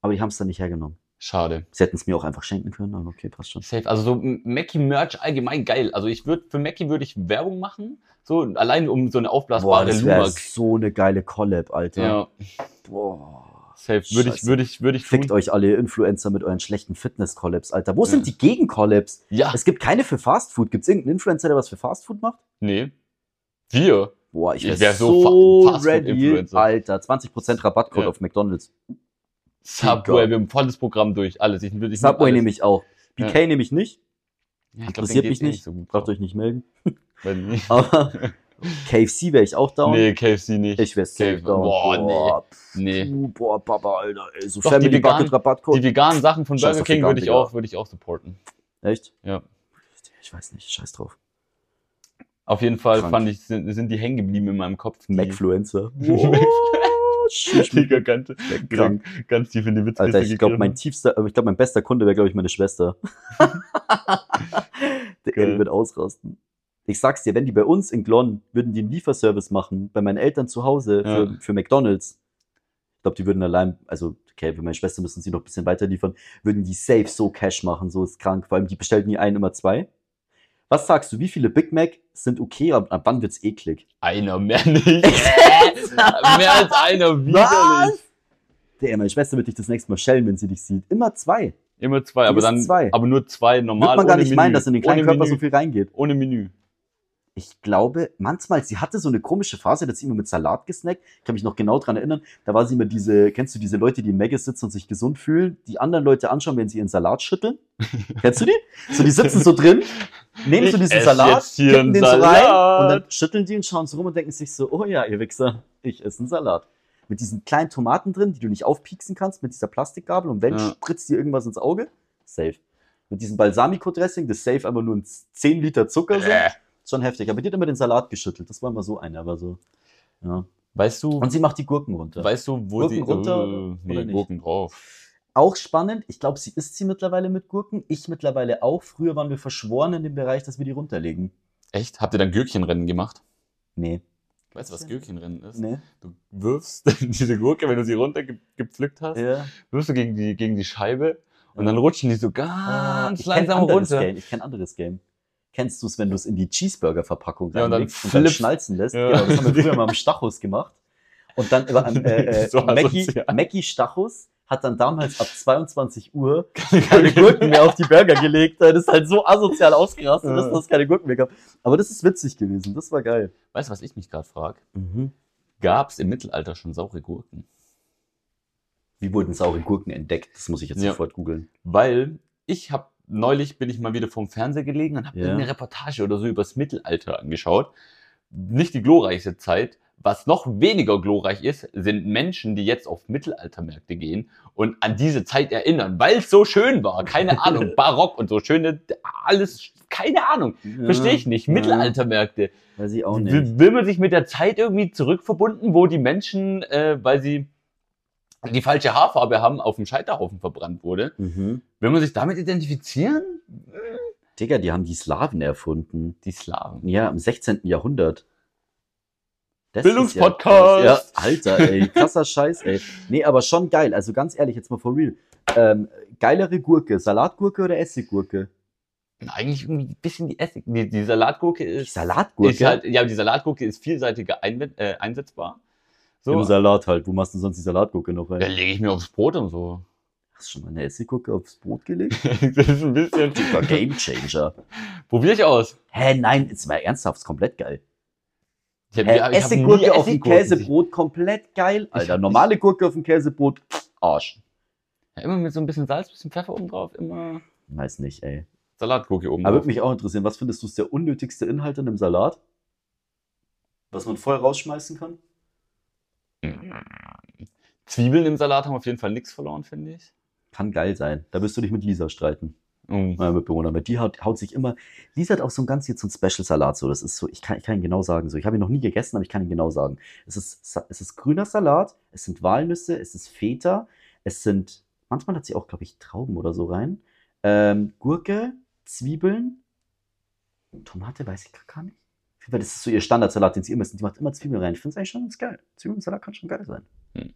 Speaker 2: aber die haben es dann nicht hergenommen.
Speaker 1: Schade.
Speaker 2: Sie hätten es mir auch einfach schenken können, aber okay, passt schon.
Speaker 1: Safe. Also so Mackie-Merch allgemein geil. Also ich würde, für Mackie würde ich Werbung machen. So, allein um so eine
Speaker 2: Boah,
Speaker 1: aufblasbare
Speaker 2: das wäre
Speaker 1: Lumak.
Speaker 2: so eine geile Collab, Alter.
Speaker 1: Ja,
Speaker 2: Boah.
Speaker 1: safe. Würde ich,
Speaker 2: Scheiße.
Speaker 1: würde ich, würde ich
Speaker 2: Fickt
Speaker 1: tun.
Speaker 2: euch alle ihr Influencer mit euren schlechten Fitness-Collabs, Alter. Wo
Speaker 1: Ja. Ah.
Speaker 2: sind die Gegen-Collabs?
Speaker 1: Ja,
Speaker 2: Es gibt keine für Fast Food. Gibt es irgendeinen Influencer, der was für Fast Food macht?
Speaker 1: nee. Wir.
Speaker 2: Boah, ich
Speaker 1: Ich
Speaker 2: wäre
Speaker 1: wär so
Speaker 2: so,
Speaker 1: Fa- Fast Food
Speaker 2: ready,
Speaker 1: Influencer.
Speaker 2: Alter. 20% Rabattcode
Speaker 1: Ja.
Speaker 2: auf McDonalds.
Speaker 1: Subway,
Speaker 2: Egal.
Speaker 1: wir haben volles Programm durch. Alles. Ich, würd- ich nehm
Speaker 2: Subway
Speaker 1: alles.
Speaker 2: nehme ich auch.
Speaker 1: Ja.
Speaker 2: BK nehme ich
Speaker 1: Ja,
Speaker 2: nicht.
Speaker 1: ich glaub,
Speaker 2: Interessiert
Speaker 1: denen
Speaker 2: mich
Speaker 1: geht's eh
Speaker 2: nicht.
Speaker 1: so gut.
Speaker 2: Braucht euch nicht melden.
Speaker 1: Weiß nicht.
Speaker 2: Aber KFC wäre ich auch down.
Speaker 1: Nee, KFC nicht.
Speaker 2: Ich wär's safe
Speaker 1: Safe.
Speaker 2: down.
Speaker 1: Boah,
Speaker 2: pff,
Speaker 1: nee.
Speaker 2: puh, Boah, Baba, Alter. Ey, so
Speaker 1: Doch, die
Speaker 2: Family
Speaker 1: veganen-
Speaker 2: Bucket Rabattcode.
Speaker 1: Die veganen Sachen von
Speaker 2: Scheiß
Speaker 1: Burger
Speaker 2: auf
Speaker 1: King
Speaker 2: vegan,
Speaker 1: würde ich
Speaker 2: Digga.
Speaker 1: auch, würde ich auch supporten.
Speaker 2: Echt?
Speaker 1: Ja.
Speaker 2: Ich weiß nicht, scheiß drauf.
Speaker 1: Auf jeden Fall
Speaker 2: Krank.
Speaker 1: fand ich, sind, sind die hängen geblieben in meinem Kopf. Die-
Speaker 2: Macfluencer.
Speaker 1: Mac-
Speaker 2: Schieß mich
Speaker 1: Digga, ganz,
Speaker 2: krank.
Speaker 1: ganz tief in die Witzkiste
Speaker 2: Alter, ich glaube,
Speaker 1: gegriffen.
Speaker 2: mein tiefster, äh, ich glaube, mein bester Kunde wäre, glaube ich, meine Schwester. Der
Speaker 1: Geil.
Speaker 2: Eddie wird ausrasten. Ich sag's dir, wenn die bei uns in Glonn würden die einen Lieferservice machen, bei meinen Eltern zu Hause für,
Speaker 1: Ja.
Speaker 2: für McDonalds, ich glaube, die würden allein, also, okay, für meine Schwester müssen sie noch ein bisschen weiter liefern, würden die safe so Cash machen, so ist krank. Vor allem, die bestellten die einen immer zwei. Was sagst du, wie viele Big Mac sind okay, ab, ab wann wird's eklig?
Speaker 1: Einer mehr nicht. mehr als einer widerlich.
Speaker 2: Der, meine Schwester wird dich das nächste Mal schellen, wenn sie dich sieht. Immer zwei.
Speaker 1: Immer zwei, aber
Speaker 2: Mindestens
Speaker 1: dann
Speaker 2: zwei.
Speaker 1: aber nur zwei normal.
Speaker 2: Wird man gar
Speaker 1: ohne
Speaker 2: nicht
Speaker 1: Menü.
Speaker 2: meinen, dass in den kleinen
Speaker 1: ohne
Speaker 2: Körper
Speaker 1: Menü.
Speaker 2: so viel reingeht.
Speaker 1: Ohne Menü.
Speaker 2: Ich glaube, manchmal, sie hatte so eine komische Phase, dass sie immer mit Salat gesnackt. Ich kann mich noch genau dran erinnern. Da war sie immer diese, kennst du diese Leute, die im Maggie sitzen und sich gesund fühlen, die anderen Leute anschauen, wenn sie ihren Salat schütteln? kennst du die? So, die sitzen so drin, nehmen so
Speaker 1: Ich
Speaker 2: diesen
Speaker 1: esse
Speaker 2: Salat,
Speaker 1: jetzt hier
Speaker 2: kippen
Speaker 1: einen
Speaker 2: den so rein und
Speaker 1: Salat.
Speaker 2: dann schütteln die und schauen so rum und denken sich so, oh ja, ihr Wichser, ich esse einen Salat. Mit diesen kleinen Tomaten drin, die du nicht aufpieksen kannst, mit dieser Plastikgabel und wenn,
Speaker 1: Ja.
Speaker 2: spritzt dir irgendwas ins Auge. Safe. Mit diesem Balsamico-Dressing, das safe aber nur ein 10 Liter Zucker sind.
Speaker 1: Äh.
Speaker 2: Schon heftig. Aber die hat immer den Salat geschüttelt. Das war immer so eine, aber so. Ja.
Speaker 1: Weißt du,
Speaker 2: Und sie macht die Gurken runter.
Speaker 1: weißt du, wo
Speaker 2: Gurken
Speaker 1: sie äh,
Speaker 2: runter oder
Speaker 1: nee,
Speaker 2: nicht?
Speaker 1: Gurken drauf.
Speaker 2: Auch spannend. Ich glaube, sie isst sie mittlerweile mit Gurken. Ich mittlerweile auch. Früher waren wir verschworen in dem Bereich, dass wir die runterlegen.
Speaker 1: Echt? Habt ihr dann Gürkchenrennen gemacht?
Speaker 2: Nee.
Speaker 1: Weißt du, was Gürkchenrennen ist?
Speaker 2: Nee.
Speaker 1: Du wirfst diese Gurke, wenn du sie runtergepflückt hast,
Speaker 2: Ja.
Speaker 1: wirfst du gegen die, gegen die Scheibe und
Speaker 2: Ja.
Speaker 1: dann rutschen die so
Speaker 2: Ah,
Speaker 1: ganz
Speaker 2: ich kenn
Speaker 1: langsam
Speaker 2: anderes
Speaker 1: runter.
Speaker 2: Game. Ich kenne anderes Game. Kennst du es, wenn du es in die Cheeseburger-Verpackung
Speaker 1: Ja, und dann
Speaker 2: reinlegst und dann
Speaker 1: flippst.
Speaker 2: schnalzen lässt?
Speaker 1: Ja.
Speaker 2: Genau, das haben wir früher mal am Stachus gemacht. Und dann über am äh, äh,
Speaker 1: So
Speaker 2: Mackie,
Speaker 1: asozial.
Speaker 2: Mackie Stachus hat dann damals ab 22 Uhr keine Gurken mehr auf die Burger gelegt. Das ist halt so asozial ausgerastet, dass das keine Gurken mehr gab. Aber das ist witzig gewesen. Das war geil.
Speaker 1: Weißt du, was ich mich gerade frage?
Speaker 2: Mhm.
Speaker 1: Gab es im Mittelalter schon saure Gurken?
Speaker 2: Wie wurden saure Gurken entdeckt? Das muss ich jetzt
Speaker 1: Ja.
Speaker 2: sofort googeln.
Speaker 1: Weil ich habe neulich bin ich mal wieder vorm Fernseher gelegen und habe
Speaker 2: Ja.
Speaker 1: eine Reportage oder so über das Mittelalter angeschaut. Nicht die glorreichste Zeit, Was noch weniger glorreich ist, sind Menschen, die jetzt auf Mittelaltermärkte gehen und an diese Zeit erinnern, weil es so schön war. Keine Ahnung, Barock und so schöne, alles, keine Ahnung. Verstehe ich nicht.
Speaker 2: Ja.
Speaker 1: Mittelaltermärkte.
Speaker 2: Weiß ich auch nicht.
Speaker 1: Will, will man sich mit der Zeit irgendwie zurückverbunden, wo die Menschen, äh, weil sie die falsche Haarfarbe haben, auf dem Scheiterhaufen verbrannt wurde?
Speaker 2: Mhm.
Speaker 1: Will man sich damit identifizieren?
Speaker 2: Digga, die haben die Slawen erfunden.
Speaker 1: Die Slaven.
Speaker 2: Ja, im 16. Jahrhundert. Das
Speaker 1: Bildungspodcast!
Speaker 2: Ist ja, krass. ja, Alter, ey, krasser Scheiß, ey. Nee, aber schon geil. Also ganz ehrlich, jetzt mal for real. Ähm, geilere Gurke, Salatgurke oder Essiggurke?
Speaker 1: Eigentlich irgendwie ein bisschen die Essig. Die, die Salatgurke
Speaker 2: Die
Speaker 1: ist.
Speaker 2: Salatgurke?
Speaker 1: Ist halt, ja, die Salatgurke ist vielseitiger einwe- äh, einsetzbar. So,
Speaker 2: Im Salat halt. Wo machst du sonst die Salatgurke noch
Speaker 1: da
Speaker 2: rein?
Speaker 1: lege ich mir aufs Brot und so.
Speaker 2: Hast du schon mal eine Essiggurke aufs Brot gelegt?
Speaker 1: das ist ein bisschen.
Speaker 2: Super Game Changer.
Speaker 1: Probier ich aus.
Speaker 2: Hä, nein, jetzt mal ernsthaft, ist komplett geil.
Speaker 1: Ich hab-
Speaker 2: Hä,
Speaker 1: ja, ich hab nie
Speaker 2: Essiggurke auf dem
Speaker 1: Essiggurken-
Speaker 2: Käsebrot, komplett geil. Alter,
Speaker 1: hab-
Speaker 2: normale Gurke auf dem Käsebrot, Arsch.
Speaker 1: Ja, immer mit so ein bisschen Salz, bisschen Pfeffer oben drauf, immer
Speaker 2: Weiß nicht, ey.
Speaker 1: Salatgurke oben
Speaker 2: Aber
Speaker 1: drauf.
Speaker 2: würde mich auch interessieren, was findest du ist der unnötigste Inhalt in einem Salat? Was man voll rausschmeißen kann?
Speaker 1: Zwiebeln im Salat haben auf jeden Fall nichts verloren, finde ich.
Speaker 2: Kann geil sein. Da wirst du dich mit Lisa streiten.
Speaker 1: Mm.
Speaker 2: Meine Mitbewohner. äh, Mit die haut, haut sich immer. Lisa hat auch so ein ganz jetzt so ein Special-Salat. So. Das ist so, ich kann, ich kann ihn genau sagen. So. Ich habe ihn noch nie gegessen, aber ich kann ihn genau sagen. Es ist, Sa- es ist grüner Salat, es sind Walnüsse, es ist Feta, es sind. Manchmal hat sie auch, glaube ich, Trauben oder so rein. Ähm, Gurke, Zwiebeln, Tomate, weiß ich grad gar nicht. Auf jeden Fall, Das ist so ihr Standardsalat, den sie immer isst. Und Die macht immer Zwiebeln rein. Ich finde es eigentlich schon ganz geil. Zwiebelsalat kann schon geil sein.
Speaker 1: Hm.
Speaker 2: Aber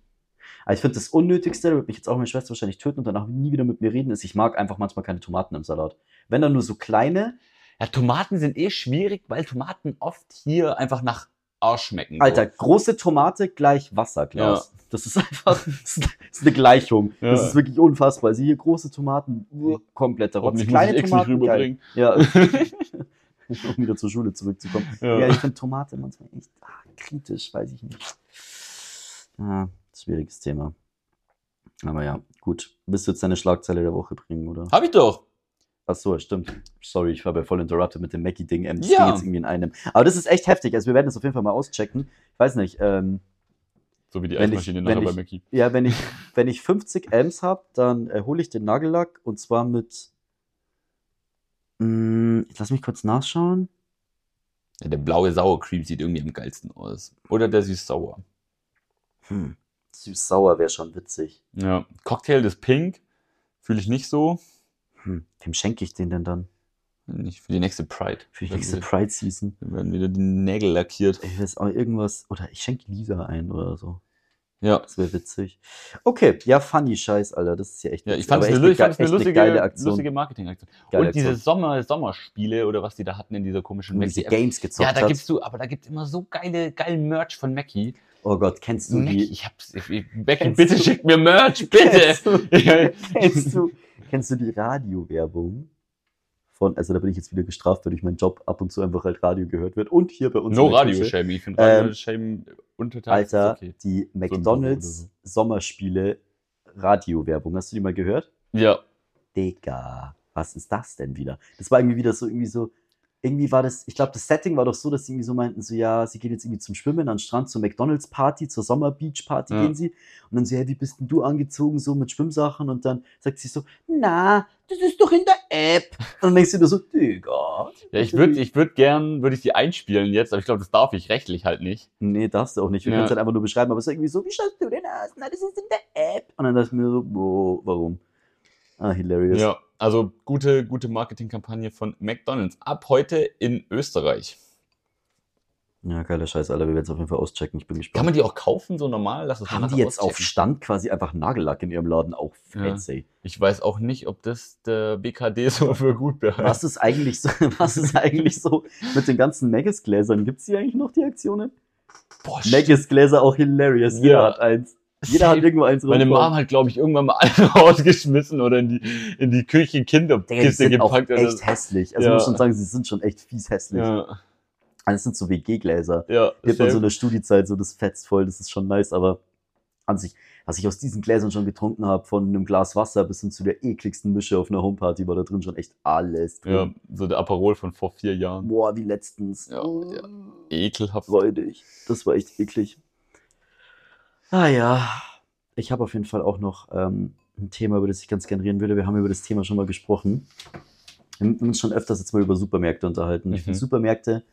Speaker 2: Also ich finde das Unnötigste, da wird mich jetzt auch meine Schwester wahrscheinlich töten und danach nie wieder mit mir reden, ist, ich mag einfach manchmal keine Tomaten im Salat. Wenn dann nur so kleine.
Speaker 1: Ja, Tomaten sind eh schwierig, weil Tomaten oft hier einfach nach Arsch schmecken.
Speaker 2: Alter, große Tomate gleich Wasser, Klaus. Das ist einfach das ist eine Gleichung. Das
Speaker 1: Ja.
Speaker 2: ist wirklich unfassbar. Also hier große Tomaten, uh, kompletter
Speaker 1: so.
Speaker 2: Rotz.
Speaker 1: ich muss ich
Speaker 2: Kleine
Speaker 1: Ex nicht
Speaker 2: Tomaten, geil.
Speaker 1: rüberbringen.
Speaker 2: Ja. um wieder zur Schule zurückzukommen. Ja, ich finde Tomate manchmal echt ah, kritisch, weiß ich nicht. Ah, schwieriges Thema. Aber ja, gut. Willst du jetzt deine Schlagzeile der Woche bringen, oder?
Speaker 1: Hab ich doch.
Speaker 2: Ach so, stimmt. Sorry, ich war bei voll interrupted mit dem Mackie-Ding. Ähm, das
Speaker 1: Ja.
Speaker 2: ging jetzt irgendwie in einem. Aber das ist echt heftig. Also wir werden das auf jeden Fall mal auschecken. Ich weiß nicht, ähm,
Speaker 1: So wie die
Speaker 2: Wenn ich-
Speaker 1: Eismaschine
Speaker 2: wenn
Speaker 1: nachher
Speaker 2: ich-
Speaker 1: bei Mickey.
Speaker 2: ja, wenn ich, wenn ich 50 Amps habe, dann äh, hole ich den Nagellack und zwar mit. Mm, jetzt lass mich kurz nachschauen.
Speaker 1: Ja, der blaue Sour Cream sieht irgendwie am geilsten aus. Oder der süß-sauer.
Speaker 2: Hm. Süß-sauer wäre schon witzig.
Speaker 1: Ja. Cocktail ist pink. Fühle ich nicht so.
Speaker 2: Hm. Wem schenke ich den denn dann?
Speaker 1: Nicht für die nächste Pride.
Speaker 2: Für die
Speaker 1: Dann
Speaker 2: nächste
Speaker 1: wir-
Speaker 2: Pride Season.
Speaker 1: Dann werden wieder die Nägel lackiert.
Speaker 2: Ich weiß auch irgendwas. Oder ich schenke Lisa ein oder so.
Speaker 1: Ja.
Speaker 2: Das wäre witzig. Okay, ja, funny Scheiß, Alter. Das ist ja echt
Speaker 1: Ja, ich
Speaker 2: witzig.
Speaker 1: fand
Speaker 2: Aber
Speaker 1: es
Speaker 2: echt
Speaker 1: eine, ich
Speaker 2: ge-
Speaker 1: fand's eine
Speaker 2: echt
Speaker 1: lustige,
Speaker 2: geile Aktion.
Speaker 1: lustige Marketingaktion.
Speaker 2: Geile
Speaker 1: Und diese
Speaker 2: Aktion.
Speaker 1: Sommer, Sommerspiele oder was die da hatten in dieser komischen
Speaker 2: Wo diese
Speaker 1: Mackie-App.
Speaker 2: Games gezockt
Speaker 1: Ja, da
Speaker 2: hat.
Speaker 1: gibt's du, aber da gibt's immer so geile, geilen Merch von Mackie.
Speaker 2: Oh Gott, kennst du
Speaker 1: Mackie,
Speaker 2: die?
Speaker 1: ich hab's, ich, ich, Mackie,
Speaker 2: Kennst
Speaker 1: bitte
Speaker 2: du-
Speaker 1: schick mir Merch, bitte!
Speaker 2: Kennst du,
Speaker 1: Ja.
Speaker 2: kennst du, kennst du die Radiowerbung? Von, also da bin ich jetzt wieder gestraft, weil durch meinen Job ab und zu einfach halt Radio gehört wird. Und hier bei uns.
Speaker 1: No
Speaker 2: in der Küche.
Speaker 1: Radio-Shame. Ich finde Radio-Shame unterteilt. ist
Speaker 2: Ähm, Alter,
Speaker 1: okay.
Speaker 2: die
Speaker 1: Büro
Speaker 2: McDonalds
Speaker 1: oder
Speaker 2: Sommerspiele Radiowerbung. Hast du die mal gehört?
Speaker 1: Ja.
Speaker 2: Digga, was ist das denn wieder? Das war irgendwie wieder so, irgendwie so, irgendwie war das, ich glaube, das Setting war doch so, dass sie irgendwie so meinten, so, ja, sie gehen jetzt irgendwie zum Schwimmen an den Strand, zur McDonalds-Party, zur Sommer-Beach-Party
Speaker 1: Ja.
Speaker 2: gehen sie. Und dann so, hey, wie bist denn du angezogen, so mit Schwimmsachen? Und dann sagt sie so, na, das ist doch in der App. Und dann denkst du dir so, Digga.
Speaker 1: Ja, ich würde ich würd gern, würde ich die einspielen jetzt, aber ich glaube, das darf ich rechtlich halt nicht.
Speaker 2: Nee, darfst du auch nicht. Wir
Speaker 1: Ja.
Speaker 2: können es halt einfach nur beschreiben, aber es ist irgendwie so, wie schaust du denn aus? Na, das ist in der App. Und dann dachte ich mir so, Bro, warum? Ah, hilarious.
Speaker 1: Ja, also gute, gute Marketingkampagne von McDonalds. Ab heute in Österreich.
Speaker 2: Ja, geiler Scheiß, Alter. Wir werden es auf jeden Fall auschecken. Ich bin gespannt.
Speaker 1: Kann man die auch kaufen, so normal? Lass uns mal
Speaker 2: Haben die
Speaker 1: nachher
Speaker 2: jetzt auf
Speaker 1: auschecken.
Speaker 2: Stand quasi einfach Nagellack in ihrem Laden auch
Speaker 1: Ja.
Speaker 2: fancy?
Speaker 1: Ich weiß auch nicht, ob das der BKD so für gut behält.
Speaker 2: Was ist eigentlich so, was ist eigentlich so mit den ganzen Megas-Gläsern? Gibt es die eigentlich noch, die Aktionen?
Speaker 1: Boah,
Speaker 2: Megas-Gläser auch hilarious. Jeder
Speaker 1: Ja.
Speaker 2: hat eins. Jeder hat
Speaker 1: Safe.
Speaker 2: irgendwo eins
Speaker 1: Meine
Speaker 2: rumkommen.
Speaker 1: Mom hat, glaube ich, irgendwann mal alles rausgeschmissen oder in die, in die Küche
Speaker 2: Digga, die
Speaker 1: Kinderkiste
Speaker 2: sind auch
Speaker 1: gepackt. oder-
Speaker 2: echt hässlich. Also
Speaker 1: Ja.
Speaker 2: ich muss schon sagen, sie sind schon echt fies hässlich.
Speaker 1: ja,
Speaker 2: Also es sind so WG-Gläser.
Speaker 1: ja,
Speaker 2: Die hat man so
Speaker 1: safe.
Speaker 2: in der Studiezeit so, das fetzt voll, das ist schon nice, aber an sich, was ich aus diesen Gläsern schon getrunken habe, von einem Glas Wasser bis hin zu der ekligsten Mische auf einer Homeparty, war da drin schon echt alles drin.
Speaker 1: Ja, so der Aperol von vor vier Jahren.
Speaker 2: Boah, wie letztens.
Speaker 1: Ja, ja. Ekelhaft.
Speaker 2: Freudig. Das war echt eklig. Ah ja. Ich habe auf jeden Fall auch noch ähm, ein Thema, über das ich ganz gerne reden würde. Wir haben über das Thema schon mal gesprochen. Wir haben uns schon öfters jetzt mal über Supermärkte unterhalten. Ich
Speaker 1: Mhm.
Speaker 2: finde Supermärkte,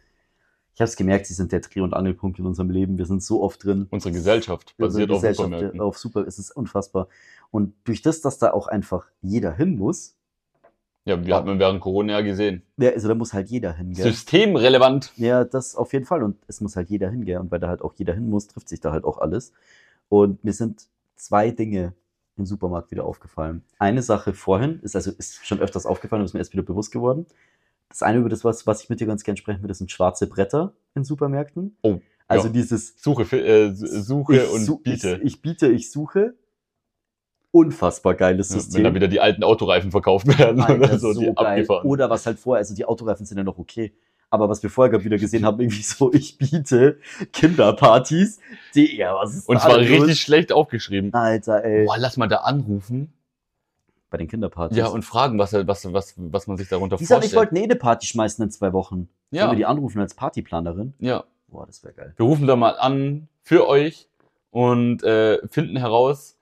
Speaker 2: ich habe es gemerkt, sie sind der Dreh- und Angelpunkt in unserem Leben. Wir sind so oft drin.
Speaker 1: Unsere Gesellschaft basiert
Speaker 2: Unsere
Speaker 1: auf
Speaker 2: Gesellschaft,
Speaker 1: Supermärkten.
Speaker 2: äh, auf Super, es ist unfassbar. Und durch das, dass da auch einfach jeder hin muss,
Speaker 1: Ja, wir hat man während Corona ja gesehen.
Speaker 2: ja, also da muss halt jeder hin, gell?
Speaker 1: Systemrelevant.
Speaker 2: Ja, das auf jeden Fall. Und es muss halt jeder hingehen. Und weil da halt auch jeder hin muss, trifft sich da halt auch alles. Und mir sind zwei Dinge im Supermarkt wieder aufgefallen. Eine Sache vorhin ist also ist schon öfters aufgefallen und ist mir erst wieder bewusst geworden. Das eine, über das, was, was ich mit dir ganz gern sprechen würde, das sind schwarze Bretter in Supermärkten.
Speaker 1: Oh,
Speaker 2: Also
Speaker 1: ja.
Speaker 2: dieses
Speaker 1: Suche, fi- äh, suche
Speaker 2: ich
Speaker 1: und
Speaker 2: su-
Speaker 1: biete.
Speaker 2: Ich, ich biete, ich suche. Unfassbar geiles
Speaker 1: Ja, wenn
Speaker 2: System.
Speaker 1: dann wieder die alten Autoreifen verkauft werden
Speaker 2: Alter,
Speaker 1: oder so, also die abgefahren.
Speaker 2: Oder was halt vorher, also die Autoreifen sind ja noch okay. Aber was wir vorher gerade wieder gesehen haben, irgendwie so, ich biete Kinderpartys. Digga, was ist
Speaker 1: Und
Speaker 2: da
Speaker 1: zwar
Speaker 2: los?
Speaker 1: richtig schlecht aufgeschrieben.
Speaker 2: Alter, ey.
Speaker 1: Boah, lass mal da anrufen.
Speaker 2: Bei den Kinderpartys.
Speaker 1: Ja, und fragen, was, er- was, was, was man sich darunter
Speaker 2: Die sagen, ich
Speaker 1: vorstellt.
Speaker 2: wollte eine Party schmeißen in zwei Wochen. Ja.
Speaker 1: ja,
Speaker 2: Können wir die anrufen als Partyplanerin?
Speaker 1: ja,
Speaker 2: Boah, das wäre geil.
Speaker 1: wir rufen da mal an für euch und äh, finden heraus,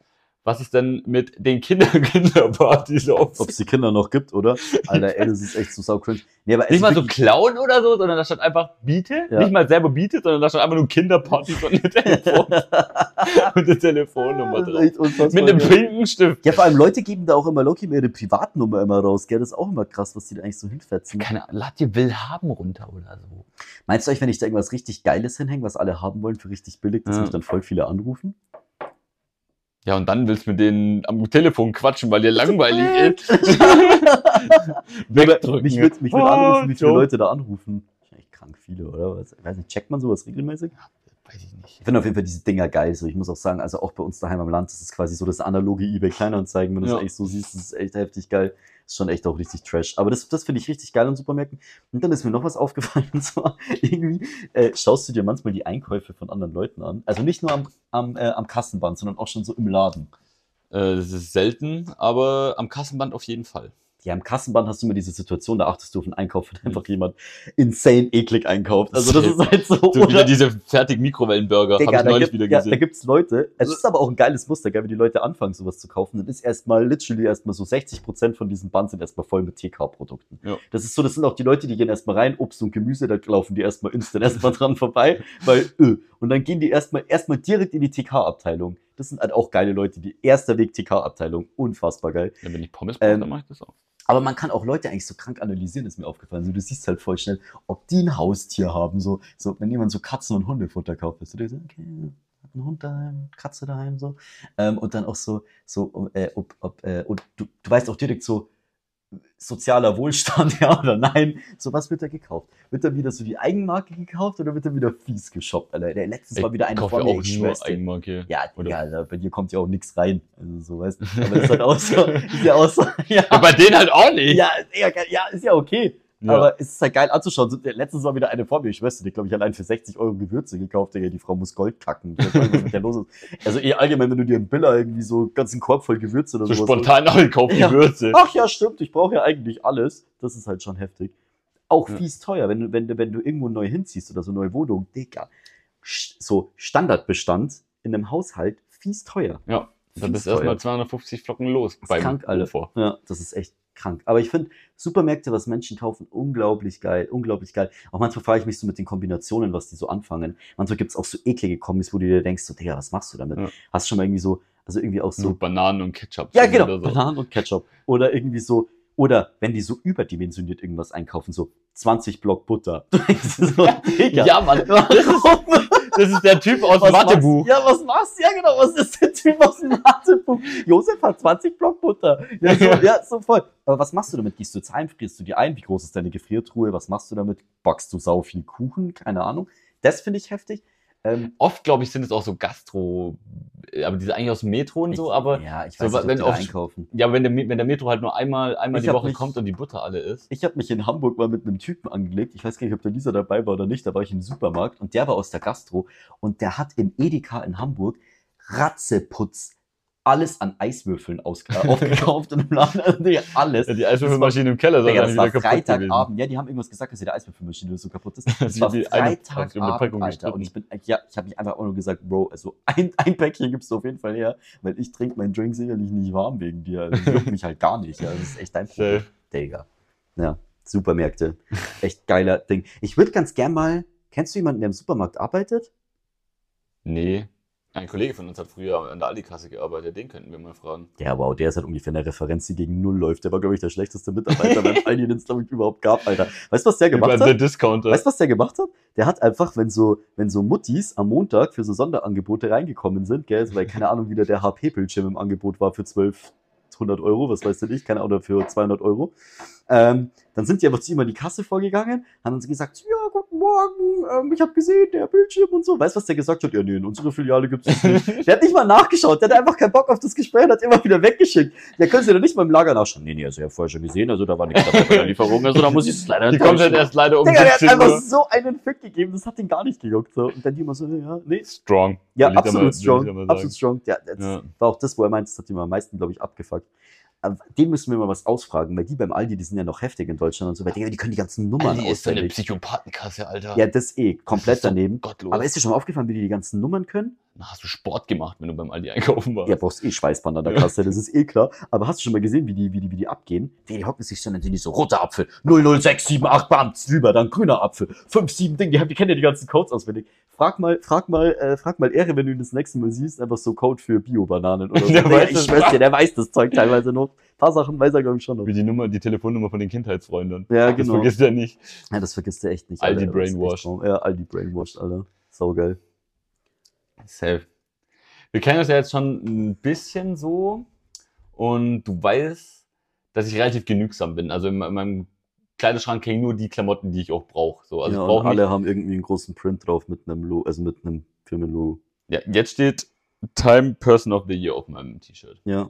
Speaker 1: was es denn mit den Kinder Kinderpartys auf
Speaker 2: Ob es die Kinder noch gibt, oder? Alter, ey, das ist echt so sau cringe. Nee, aber
Speaker 1: Nicht
Speaker 2: also
Speaker 1: mal so
Speaker 2: wirklich-
Speaker 1: klauen oder so, sondern da stand einfach Biete.
Speaker 2: Ja.
Speaker 1: Nicht mal selber Biete, sondern da stand einfach nur Kinderpartys und eine, Telefon und eine Telefonnummer
Speaker 2: Das ist
Speaker 1: drauf.
Speaker 2: echt unfassbar
Speaker 1: Mit einem
Speaker 2: geil.
Speaker 1: pinken Stift.
Speaker 2: Ja, vor allem Leute geben da auch immer Loki ihre Privatnummer immer raus, gell? Das ist auch immer krass, was die da eigentlich so hinfetzen.
Speaker 1: Keine Ahnung, lad dir Will haben runter oder so.
Speaker 2: Meinst du euch, wenn ich da irgendwas richtig Geiles hinhänge, was alle haben wollen für richtig billig, dass
Speaker 1: Ja.
Speaker 2: mich dann voll viele anrufen?
Speaker 1: Ja, und dann willst du mit denen am Telefon quatschen, weil dir langweilig ist. Wegdrücken.
Speaker 2: Mich wird, mich wird
Speaker 1: Oh,
Speaker 2: anrufen, wie viele
Speaker 1: Joe.
Speaker 2: Leute da anrufen. Wahrscheinlich krank viele, oder? Was? Ich weiß nicht, checkt man sowas regelmäßig?
Speaker 1: Weiß ich nicht.
Speaker 2: Ich finde auf jeden Fall diese Dinger geil. So, ich muss auch sagen, also auch bei uns daheim am Land, das ist quasi so das analoge eBay Kleinanzeigen, wenn du
Speaker 1: Ja.
Speaker 2: es echt so siehst, das ist echt heftig geil. Ist schon echt auch richtig trash. Aber das, das finde ich richtig geil in Supermärkten. Und dann ist mir noch was aufgefallen, und zwar irgendwie äh, schaust du dir manchmal die Einkäufe von anderen Leuten an. Also nicht nur am, am, äh, am Kassenband, sondern auch schon so im Laden.
Speaker 1: Äh, das ist selten, aber am Kassenband auf jeden Fall.
Speaker 2: Ja, im Kassenband hast du immer diese Situation, da achtest du auf den Einkauf,
Speaker 1: Hm.
Speaker 2: wenn einfach jemand insane eklig einkauft. Also das ist halt so.
Speaker 1: Du, wieder
Speaker 2: oder?
Speaker 1: diese fertig Mikrowellenburger habe
Speaker 2: Digga,
Speaker 1: ich
Speaker 2: da
Speaker 1: neulich
Speaker 2: gibt,
Speaker 1: wieder
Speaker 2: ja, da
Speaker 1: gesehen. Also
Speaker 2: gibt's Leute, es ist aber auch ein geiles Muster, gell, wenn die Leute anfangen, sowas zu kaufen, dann ist erstmal, literally erstmal so 60% von diesem Band sind erstmal voll mit TK-Produkten.
Speaker 1: Ja.
Speaker 2: Das ist so, das sind auch die Leute, die gehen erstmal rein, Obst und Gemüse, da laufen die erstmal instant erstmal dran vorbei, weil, äh, und dann gehen die erstmal, erstmal direkt in die TK-Abteilung. Das sind halt auch geile Leute, die erster Weg TK-Abteilung, unfassbar geil.
Speaker 1: Ja, wenn ich Pommes brauche,
Speaker 2: Ähm,
Speaker 1: dann mache ich das auch.
Speaker 2: Aber man kann auch Leute eigentlich so krank analysieren, ist mir aufgefallen. So, du siehst halt voll schnell, ob die ein Haustier haben. So, so wenn jemand so Katzen- und Hundefutter kauft, bist du dir so, okay, hat ein Hund daheim, Katze daheim, so. Ähm, und dann auch so, so um, äh, ob, ob, äh, und du, du weißt auch direkt so, sozialer Wohlstand, ja oder nein. So, was wird da gekauft? Wird da wieder so die Eigenmarke gekauft oder wird da wieder fies geshoppt? Alter, der letztes Mal wieder eine
Speaker 1: kaufe
Speaker 2: vor
Speaker 1: ja
Speaker 2: mir,
Speaker 1: auch
Speaker 2: ich
Speaker 1: nur
Speaker 2: schwör's dir.
Speaker 1: Eigenmarke.
Speaker 2: Ja,
Speaker 1: Oder-
Speaker 2: ja, da- bei dir kommt ja auch nichts rein. Also so, weißt du. Aber das ist halt auch so, ist ja auch so, ja.
Speaker 1: Ja, bei denen halt auch nicht.
Speaker 2: Ja, ist ja, geil. ja, ist ja okay.
Speaker 1: Ja.
Speaker 2: Aber es ist halt geil anzuschauen. So, Letztens war wieder eine vor mir. Ich wüsste, die glaube ich allein für 60 Euro Gewürze gekauft. Digga, die Frau muss Gold kacken. Ich weiß nicht, was mit der los ist. Also eh allgemein, wenn du dir im Biller irgendwie so einen ganzen Korb voll Gewürze oder
Speaker 1: so
Speaker 2: sowas
Speaker 1: spontan alle kaufen
Speaker 2: Ja.
Speaker 1: Würze.
Speaker 2: Ach ja, stimmt. Ich brauche ja eigentlich alles. Das ist halt schon heftig. Auch
Speaker 1: Ja.
Speaker 2: fies teuer, wenn du, wenn, du- wenn du irgendwo neu hinziehst oder so neue Wohnung. Digga, Sch- so Standardbestand in einem Haushalt fies teuer.
Speaker 1: Ja, Dann bist du
Speaker 2: Fies teuer.
Speaker 1: erstmal 250 Flocken los
Speaker 2: Das ist krank, Alter.
Speaker 1: Ufer.
Speaker 2: Ja, das ist echt krank. Aber ich finde Supermärkte, was Menschen kaufen, unglaublich geil, unglaublich geil. Auch manchmal frage ich mich so mit den Kombinationen, was die so anfangen. Manchmal gibt's auch so eklige Kombis, wo du dir denkst, so, Digga, was machst du damit?
Speaker 1: Ja.
Speaker 2: Hast du schon mal irgendwie so, also irgendwie auch so.
Speaker 1: So Bananen und Ketchup.
Speaker 2: Ja,
Speaker 1: sind
Speaker 2: genau,
Speaker 1: oder So.
Speaker 2: Bananen und Ketchup. Oder irgendwie so, oder wenn die so überdimensioniert irgendwas einkaufen, so 20 Block Butter. Du denkst so, Digga,
Speaker 1: Ja, Mann.
Speaker 2: warum?
Speaker 1: Das ist der Typ aus dem
Speaker 2: Was
Speaker 1: Mathebuch.
Speaker 2: machst- Ja, was machst du? Ja, genau, was ist der Typ aus dem Mathebuch? Josef hat 20 Block Butter. Ja, so, ja, so voll. Aber was machst du damit? Gehst du jetzt heim, frierst du die ein? Wie groß ist deine Gefriertruhe? Was machst du damit? Backst du sau viel Kuchen? Keine Ahnung. Das finde ich heftig. Ähm,
Speaker 1: Oft, glaube ich, sind es auch so Gastro, äh, aber diese eigentlich aus dem Metro und so,
Speaker 2: ich-
Speaker 1: aber
Speaker 2: ja, ich
Speaker 1: so,
Speaker 2: weiß nicht, ob
Speaker 1: wenn
Speaker 2: die
Speaker 1: auf-
Speaker 2: da einkaufen.
Speaker 1: ja, wenn der, Me- wenn der Metro halt nur einmal, einmal
Speaker 2: Ich
Speaker 1: die
Speaker 2: hab
Speaker 1: Woche
Speaker 2: mich-
Speaker 1: kommt und die Butter alle ist.
Speaker 2: Ich habe mich in Hamburg mal mit einem Typen angelegt. Ich weiß gar nicht, ob der Lisa dabei war oder nicht. Da war ich im Supermarkt und der war aus der Gastro und der hat im Edeka in Hamburg Ratzeputz alles an Eiswürfeln ausge- äh, aufgekauft und im Laden. Also, Digga, alles.
Speaker 1: Ja, die Eiswürfelmaschine im Keller soll
Speaker 2: Digga,
Speaker 1: dann
Speaker 2: das war
Speaker 1: wieder kaputt gewesen.
Speaker 2: Freitagabend. Ja, die haben irgendwas gesagt, dass ihre Eiswürfelmaschine so kaputt ist. Das
Speaker 1: Wie-
Speaker 2: war
Speaker 1: wie eine- hab ich um eine
Speaker 2: Freitagabend,
Speaker 1: Packung
Speaker 2: Alter. Und ich
Speaker 1: gestritten.
Speaker 2: bin, ja, ich habe mich einfach auch nur gesagt, Bro, also ein, ein Päckchen gibst du auf jeden Fall her, weil ich trinke meinen Drink sicherlich nicht warm wegen dir. Also, das juckt mich halt gar nicht. Ja, das ist echt dein Problem.
Speaker 1: Safe.
Speaker 2: Digga. Ja, Supermärkte. Echt geiler Ding. Ich würde ganz gern mal, kennst du jemanden, der im Supermarkt arbeitet?
Speaker 1: Nee. Ein Kollege von uns hat früher an der Aldi-Kasse gearbeitet, den könnten wir mal fragen.
Speaker 2: Ja, wow, der ist halt ungefähr eine Referenz, die gegen Null läuft. Der war, glaube ich, der schlechteste Mitarbeiter beim Aldi, den es, glaube ich, überhaupt gab, Alter. Weißt du, was der gemacht
Speaker 1: Über
Speaker 2: hat?
Speaker 1: der Discounter.
Speaker 2: Weißt du, was der gemacht hat? Der hat einfach, wenn so, wenn so Muttis am Montag für so Sonderangebote reingekommen sind, gell, also weil keine Ahnung, wieder der HP-Bildschirm im Angebot war für 1200 Euro, was weiß denn ich, keine Ahnung, für 200 Euro. Ähm, dann sind die einfach zu ihm an die Kasse vorgegangen, haben uns gesagt, ja, guten Morgen, ähm, ich habe gesehen, der Bildschirm und so. Weißt du, was der gesagt hat? Ja, nee, in unserer Filiale gibt es nicht. Der hat nicht mal nachgeschaut, der hat einfach keinen Bock auf das Gespräch und hat immer wieder weggeschickt. Der können sie doch nicht mal im Lager nachschauen. Nee, nee, also ich habe vorher schon gesehen, also da war nichts dabei bei der Lieferung, also da muss ich es leider
Speaker 1: Die kommt halt
Speaker 2: enttäuschen.
Speaker 1: erst leider um
Speaker 2: Digga, der hat
Speaker 1: 17
Speaker 2: einfach
Speaker 1: Uhr.
Speaker 2: so einen Fick gegeben, das hat den gar nicht gejuckt. So. Und dann die immer so, ja, nee.
Speaker 1: Strong.
Speaker 2: Ja,
Speaker 1: will ich da
Speaker 2: absolut
Speaker 1: mal- will ich
Speaker 2: strong.
Speaker 1: da mal sagen.
Speaker 2: Absolut strong. Ja, das
Speaker 1: Ja.
Speaker 2: war auch das, wo er meint, das hat ihm am meisten, glaube ich, abgefuckt. Aber Den müssen wir mal was ausfragen, weil die beim Aldi, die sind ja noch heftig in Deutschland und so. Weil Digga, die können die ganzen Nummern
Speaker 1: Aldi ist so eine
Speaker 2: auswendig.
Speaker 1: Psychopathenkasse, Alter.
Speaker 2: ja, das eh, komplett
Speaker 1: ist so
Speaker 2: daneben.
Speaker 1: Gottlos.
Speaker 2: Aber ist dir schon mal aufgefallen, wie die die ganzen Nummern können?
Speaker 1: Na, hast du Sport gemacht, wenn du beim Aldi einkaufen warst?
Speaker 2: Ja, brauchst eh Schweißband an der
Speaker 1: Ja.
Speaker 2: Kasse, das ist eh klar. Aber hast du schon mal gesehen, wie die, wie die, wie die abgehen? Die, die hocken sich so, dann sind die so, roter Apfel, 00678, bam, drüber, dann grüner Apfel, 57, Ding, die, haben- die kennen ja die ganzen Codes auswendig. Frag mal, frag mal, äh, frag mal Ehre, wenn du ihn das nächste Mal siehst, einfach so Code für Bio-Bananen oder so.
Speaker 1: Der
Speaker 2: Digga,
Speaker 1: weiß
Speaker 2: ich
Speaker 1: das.
Speaker 2: schwör's dir, der weiß das Zeug teilweise noch. Ein paar Sachen weiß er, glaube ich, schon noch.
Speaker 1: Wie die Nummer, die Telefonnummer von den Kindheitsfreundern.
Speaker 2: Ja,
Speaker 1: Das
Speaker 2: genau.
Speaker 1: vergisst du ja nicht.
Speaker 2: Ja, das vergisst er echt nicht.
Speaker 1: Aldi
Speaker 2: Alter, das ist echt
Speaker 1: brainwashed.
Speaker 2: Traum. Ja, Aldi brainwashed, Alter. Saugeil.
Speaker 1: Safe. Wir kennen uns ja jetzt schon ein bisschen so und du weißt, dass ich relativ genügsam bin. Also in me- in meinem Kleiderschrank hängen nur die Klamotten, die ich auch brauche. So, also
Speaker 2: ja,
Speaker 1: ich
Speaker 2: und
Speaker 1: brauche
Speaker 2: alle
Speaker 1: alle.
Speaker 2: haben irgendwie einen großen Print drauf mit einem Lo also mit einem Firmenlogo.
Speaker 1: Ja, jetzt steht Time Person of the Year auf meinem T-Shirt.
Speaker 2: Ja.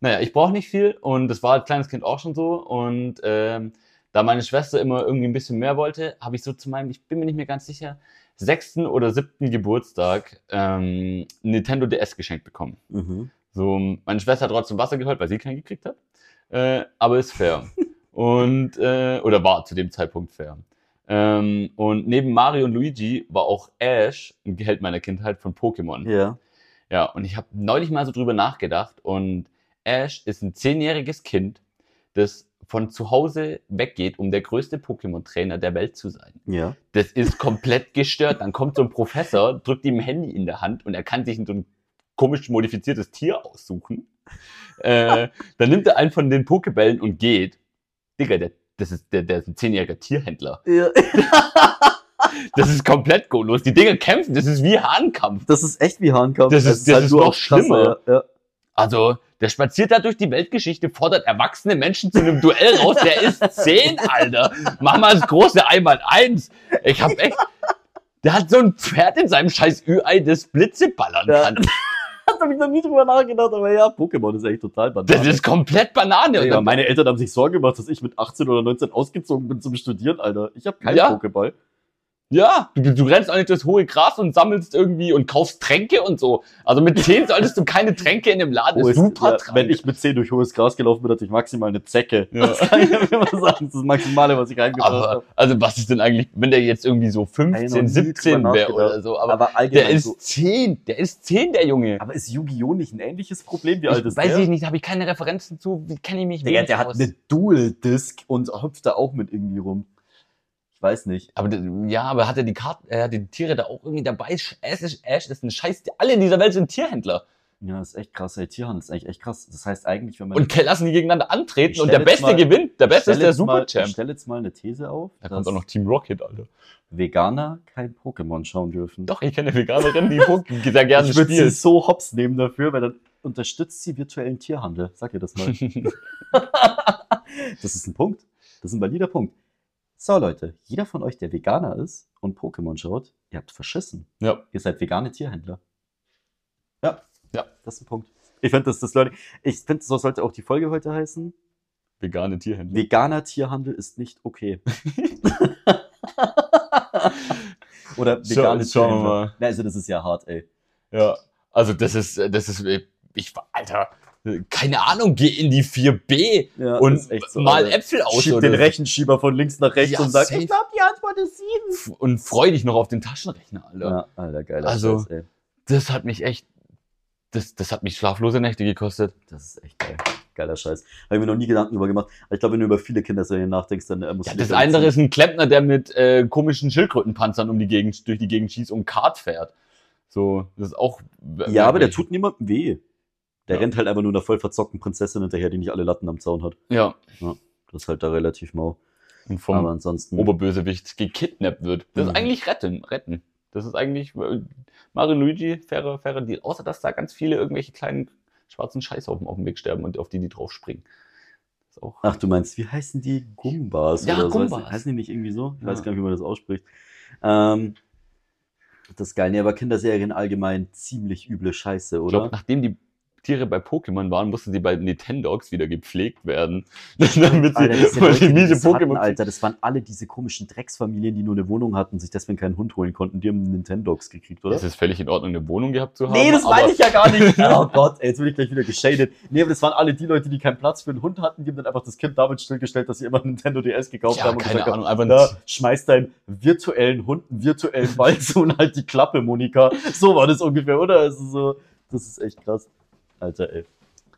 Speaker 1: Naja, ich brauche nicht viel und das war als kleines Kind auch schon so. Und ähm, da meine Schwester immer irgendwie ein bisschen mehr wollte, habe ich so zu meinem, ich bin mir nicht mehr ganz sicher, sechsten oder siebten Geburtstag ähm, Nintendo DS geschenkt bekommen.
Speaker 2: Mhm.
Speaker 1: So, meine Schwester hat trotzdem Wasser geholt, weil sie keinen gekriegt hat. Äh, aber ist fair. und, äh, oder war zu dem Zeitpunkt fair. Ähm, und neben Mario und Luigi war auch Ash ein Held meiner Kindheit von Pokémon.
Speaker 2: Ja.
Speaker 1: Ja, und ich habe neulich mal so drüber nachgedacht und Ash ist ein zehnjähriges Kind, das von zu Hause weggeht, um der größte Pokémon-Trainer der Welt zu sein.
Speaker 2: Ja.
Speaker 1: Das ist komplett gestört. Dann kommt so ein Professor, drückt ihm ein Handy in der Hand und er kann sich so ein komisch modifiziertes Tier aussuchen. Äh, dann nimmt er einen von den Pokebällen und geht. Digga, der, das ist, der, der ist ein zehnjähriger Tierhändler.
Speaker 2: ja.
Speaker 1: Das ist komplett golos. Die Dinger kämpfen, das ist wie Hahnkampf.
Speaker 2: Das ist echt wie Hahnkampf.
Speaker 1: Das ist-
Speaker 2: Es
Speaker 1: das ist
Speaker 2: halt nur
Speaker 1: noch
Speaker 2: auf Krasser,
Speaker 1: schlimmer.
Speaker 2: Ja, ja.
Speaker 1: Also, der spaziert da durch die Weltgeschichte, fordert erwachsene Menschen zu einem Duell raus. Der ist zehn, Alter. Mach mal das große einmal eins. Ich hab echt. Der hat so ein Pferd in seinem scheiß Ü-Ei, das Blitze ballern
Speaker 2: Ja.
Speaker 1: kann.
Speaker 2: Da hab ich noch nie drüber nachgedacht, aber ja, Pokémon ist echt total banal.
Speaker 1: Das ist komplett Banane. Und
Speaker 2: Digga,
Speaker 1: dann,
Speaker 2: meine Eltern haben sich Sorgen gemacht, dass ich mit 18 oder 19 ausgezogen bin zum Studieren, Alter. Ich habe keinen
Speaker 1: Ja.
Speaker 2: Pokéball.
Speaker 1: ja, du, du rennst auch nicht durchs hohe Gras und sammelst irgendwie und kaufst Tränke und so. Also mit zehn solltest du keine Tränke in dem Laden. ist
Speaker 2: Hohes-
Speaker 1: super
Speaker 2: ja,
Speaker 1: Trank.
Speaker 2: wenn ich mit 10 durch hohes Gras gelaufen bin, hatte ich maximal eine Zecke.
Speaker 1: Ja.
Speaker 2: Das kann ich immer sagen. Das ist das Maximale, was ich reingebracht
Speaker 1: aber,
Speaker 2: habe.
Speaker 1: also was ist denn eigentlich, wenn der jetzt irgendwie so
Speaker 2: Ey, noch
Speaker 1: 15,
Speaker 2: nie
Speaker 1: 17
Speaker 2: drüber
Speaker 1: wäre oder
Speaker 2: nachgedacht.
Speaker 1: so. Aber, der
Speaker 2: allgemein so-
Speaker 1: ist zehn. Der ist zehn, der Junge.
Speaker 2: Aber ist Yu-Gi-Oh! nicht ein ähnliches Problem? Wie alt
Speaker 1: Ich
Speaker 2: ist
Speaker 1: weiß
Speaker 2: der?
Speaker 1: ich nicht, habe ich keine Referenzen zu, wie kenne ich mich
Speaker 2: Digga,
Speaker 1: wenig
Speaker 2: der hat
Speaker 1: aus.
Speaker 2: eine Dual-Disc und hüpft da auch mit irgendwie rum. Ich weiß nicht.
Speaker 1: aber d- ja, aber hat er die Karten, er hat die Tiere da auch irgendwie dabei. Sch- Ash ist, Ash ist ein Scheiß. Alle in dieser Welt sind Tierhändler.
Speaker 2: Ja, das ist echt krass. Ey, Tierhandel ist eigentlich echt krass. Das heißt eigentlich, wenn man...
Speaker 1: Und ke- lassen die gegeneinander antreten
Speaker 2: Ich
Speaker 1: und der
Speaker 2: stell jetzt
Speaker 1: Beste
Speaker 2: mal-
Speaker 1: gewinnt. Der Beste
Speaker 2: stelle
Speaker 1: ist der
Speaker 2: jetzt mal, Ich
Speaker 1: Superchamp.
Speaker 2: stelle jetzt mal eine These auf,
Speaker 1: Da
Speaker 2: dass
Speaker 1: kommt auch noch Team Rocket, Alter.
Speaker 2: Veganer kein Pokémon schauen dürfen.
Speaker 1: Doch, ich kenne Veganerin, die Pokémon sehr gerne
Speaker 2: ich würde sie
Speaker 1: spielt.
Speaker 2: so hops nehmen dafür, weil dann unterstützt sie virtuellen Tierhandel. Sag ihr das mal. das ist ein Punkt. Das ist ein valider Punkt. So, Leute, jeder von euch, der Veganer ist und Pokémon schaut, ihr habt verschissen.
Speaker 1: ja.
Speaker 2: Ihr seid vegane Tierhändler. Ja.
Speaker 1: Ja.
Speaker 2: Das ist ein Punkt. Ich finde, das, das Learning. Ich finde, so sollte auch die Folge heute heißen.
Speaker 1: Vegane Tierhändler.
Speaker 2: Veganer Tierhandel ist nicht okay. Oder
Speaker 1: Schau-
Speaker 2: vegane
Speaker 1: schauen wir
Speaker 2: Tierhandel.
Speaker 1: mal.
Speaker 2: Na, Also das ist ja hart, ey.
Speaker 1: Ja. Also das ist, äh, das ist, äh, ich war, Alter, keine Ahnung, geh in die 4B
Speaker 2: Ja,
Speaker 1: und
Speaker 2: ist echt so,
Speaker 1: mal
Speaker 2: Alter.
Speaker 1: Äpfel aus
Speaker 2: Schieb
Speaker 1: oder
Speaker 2: den
Speaker 1: so.
Speaker 2: Rechenschieber von links nach rechts
Speaker 1: Ja,
Speaker 2: und sagt,
Speaker 1: safe.
Speaker 2: ich glaube, die Antwort ist sieben.
Speaker 1: und freu dich noch auf den Taschenrechner, Alter.
Speaker 2: Ja, Alter, geiler
Speaker 1: Also-
Speaker 2: Scheiß, ey.
Speaker 1: Das hat mich echt, das, das hat mich schlaflose Nächte gekostet.
Speaker 2: Das ist echt geil. Geiler Scheiß. Habe ich mir noch nie Gedanken über gemacht. Aber ich glaube, wenn du über viele Kinderserien nachdenkst, dann äh, musst
Speaker 1: Ja,
Speaker 2: du...
Speaker 1: das
Speaker 2: dir-
Speaker 1: andere ist ein Klempner, der mit äh, komischen Schildkrötenpanzern um die Gegend, durch die Gegend schießt und Kart fährt. So, das ist auch.
Speaker 2: Ja, aber der tut niemandem weh. Der
Speaker 1: Ja.
Speaker 2: rennt halt einfach nur einer voll verzockten Prinzessin hinterher, die nicht alle Latten am Zaun hat.
Speaker 1: Ja,
Speaker 2: Das ist halt da relativ mau.
Speaker 1: und vom
Speaker 2: aber ansonsten...
Speaker 1: Oberbösewicht gekidnappt wird. Das
Speaker 2: Hm. Mhm.
Speaker 1: ist eigentlich retten, retten. Das ist eigentlich äh, Mario und Luigi, fairer, fairer Deal. Außer, dass da ganz viele irgendwelche kleinen schwarzen Scheißhaufen auf dem Weg sterben und auf die die drauf springen. Das ist auch.
Speaker 2: Ach, du meinst, wie heißen die Gumbas
Speaker 1: Ja,
Speaker 2: oder so?
Speaker 1: Gumbas.
Speaker 2: Heißen- Heißen die nicht irgendwie so? Ich
Speaker 1: Ja.
Speaker 2: weiß gar nicht, wie man das ausspricht. Ähm, das ist geil. Nee, aber Kinderserien allgemein ziemlich üble Scheiße,
Speaker 1: Ich
Speaker 2: oder?
Speaker 1: glaube, nachdem die Tiere bei Pokémon waren, mussten sie bei Nintendogs wieder gepflegt werden.
Speaker 2: Ah,
Speaker 1: damit
Speaker 2: Alter, das
Speaker 1: sie,
Speaker 2: sind
Speaker 1: weil
Speaker 2: Leute,
Speaker 1: sie
Speaker 2: die
Speaker 1: miese
Speaker 2: das hatten,
Speaker 1: Pokémon.
Speaker 2: Alter, das waren alle diese komischen Drecksfamilien, die nur eine Wohnung hatten und sich deswegen keinen Hund holen konnten. Die haben Nintendogs gekriegt, oder?
Speaker 1: Es ist völlig in Ordnung, eine Wohnung gehabt zu haben.
Speaker 2: Nee, das
Speaker 1: aber
Speaker 2: meine ich ja gar nicht. Oh Gott, ey, jetzt bin ich gleich wieder geschadet. Nee, aber das waren alle die Leute, die keinen Platz für einen Hund hatten, die haben dann einfach das Kind damit stillgestellt, dass sie immer ein Nintendo DS gekauft
Speaker 1: Ja,
Speaker 2: haben und
Speaker 1: keine
Speaker 2: gesagt
Speaker 1: Ahnung, einfach
Speaker 2: haben,
Speaker 1: ein-
Speaker 2: da schmeiß deinem virtuellen Hund einen virtuellen Wald zu und halt die Klappe, Monika. So war das ungefähr, oder? Also so, das ist echt krass. Alter, ey.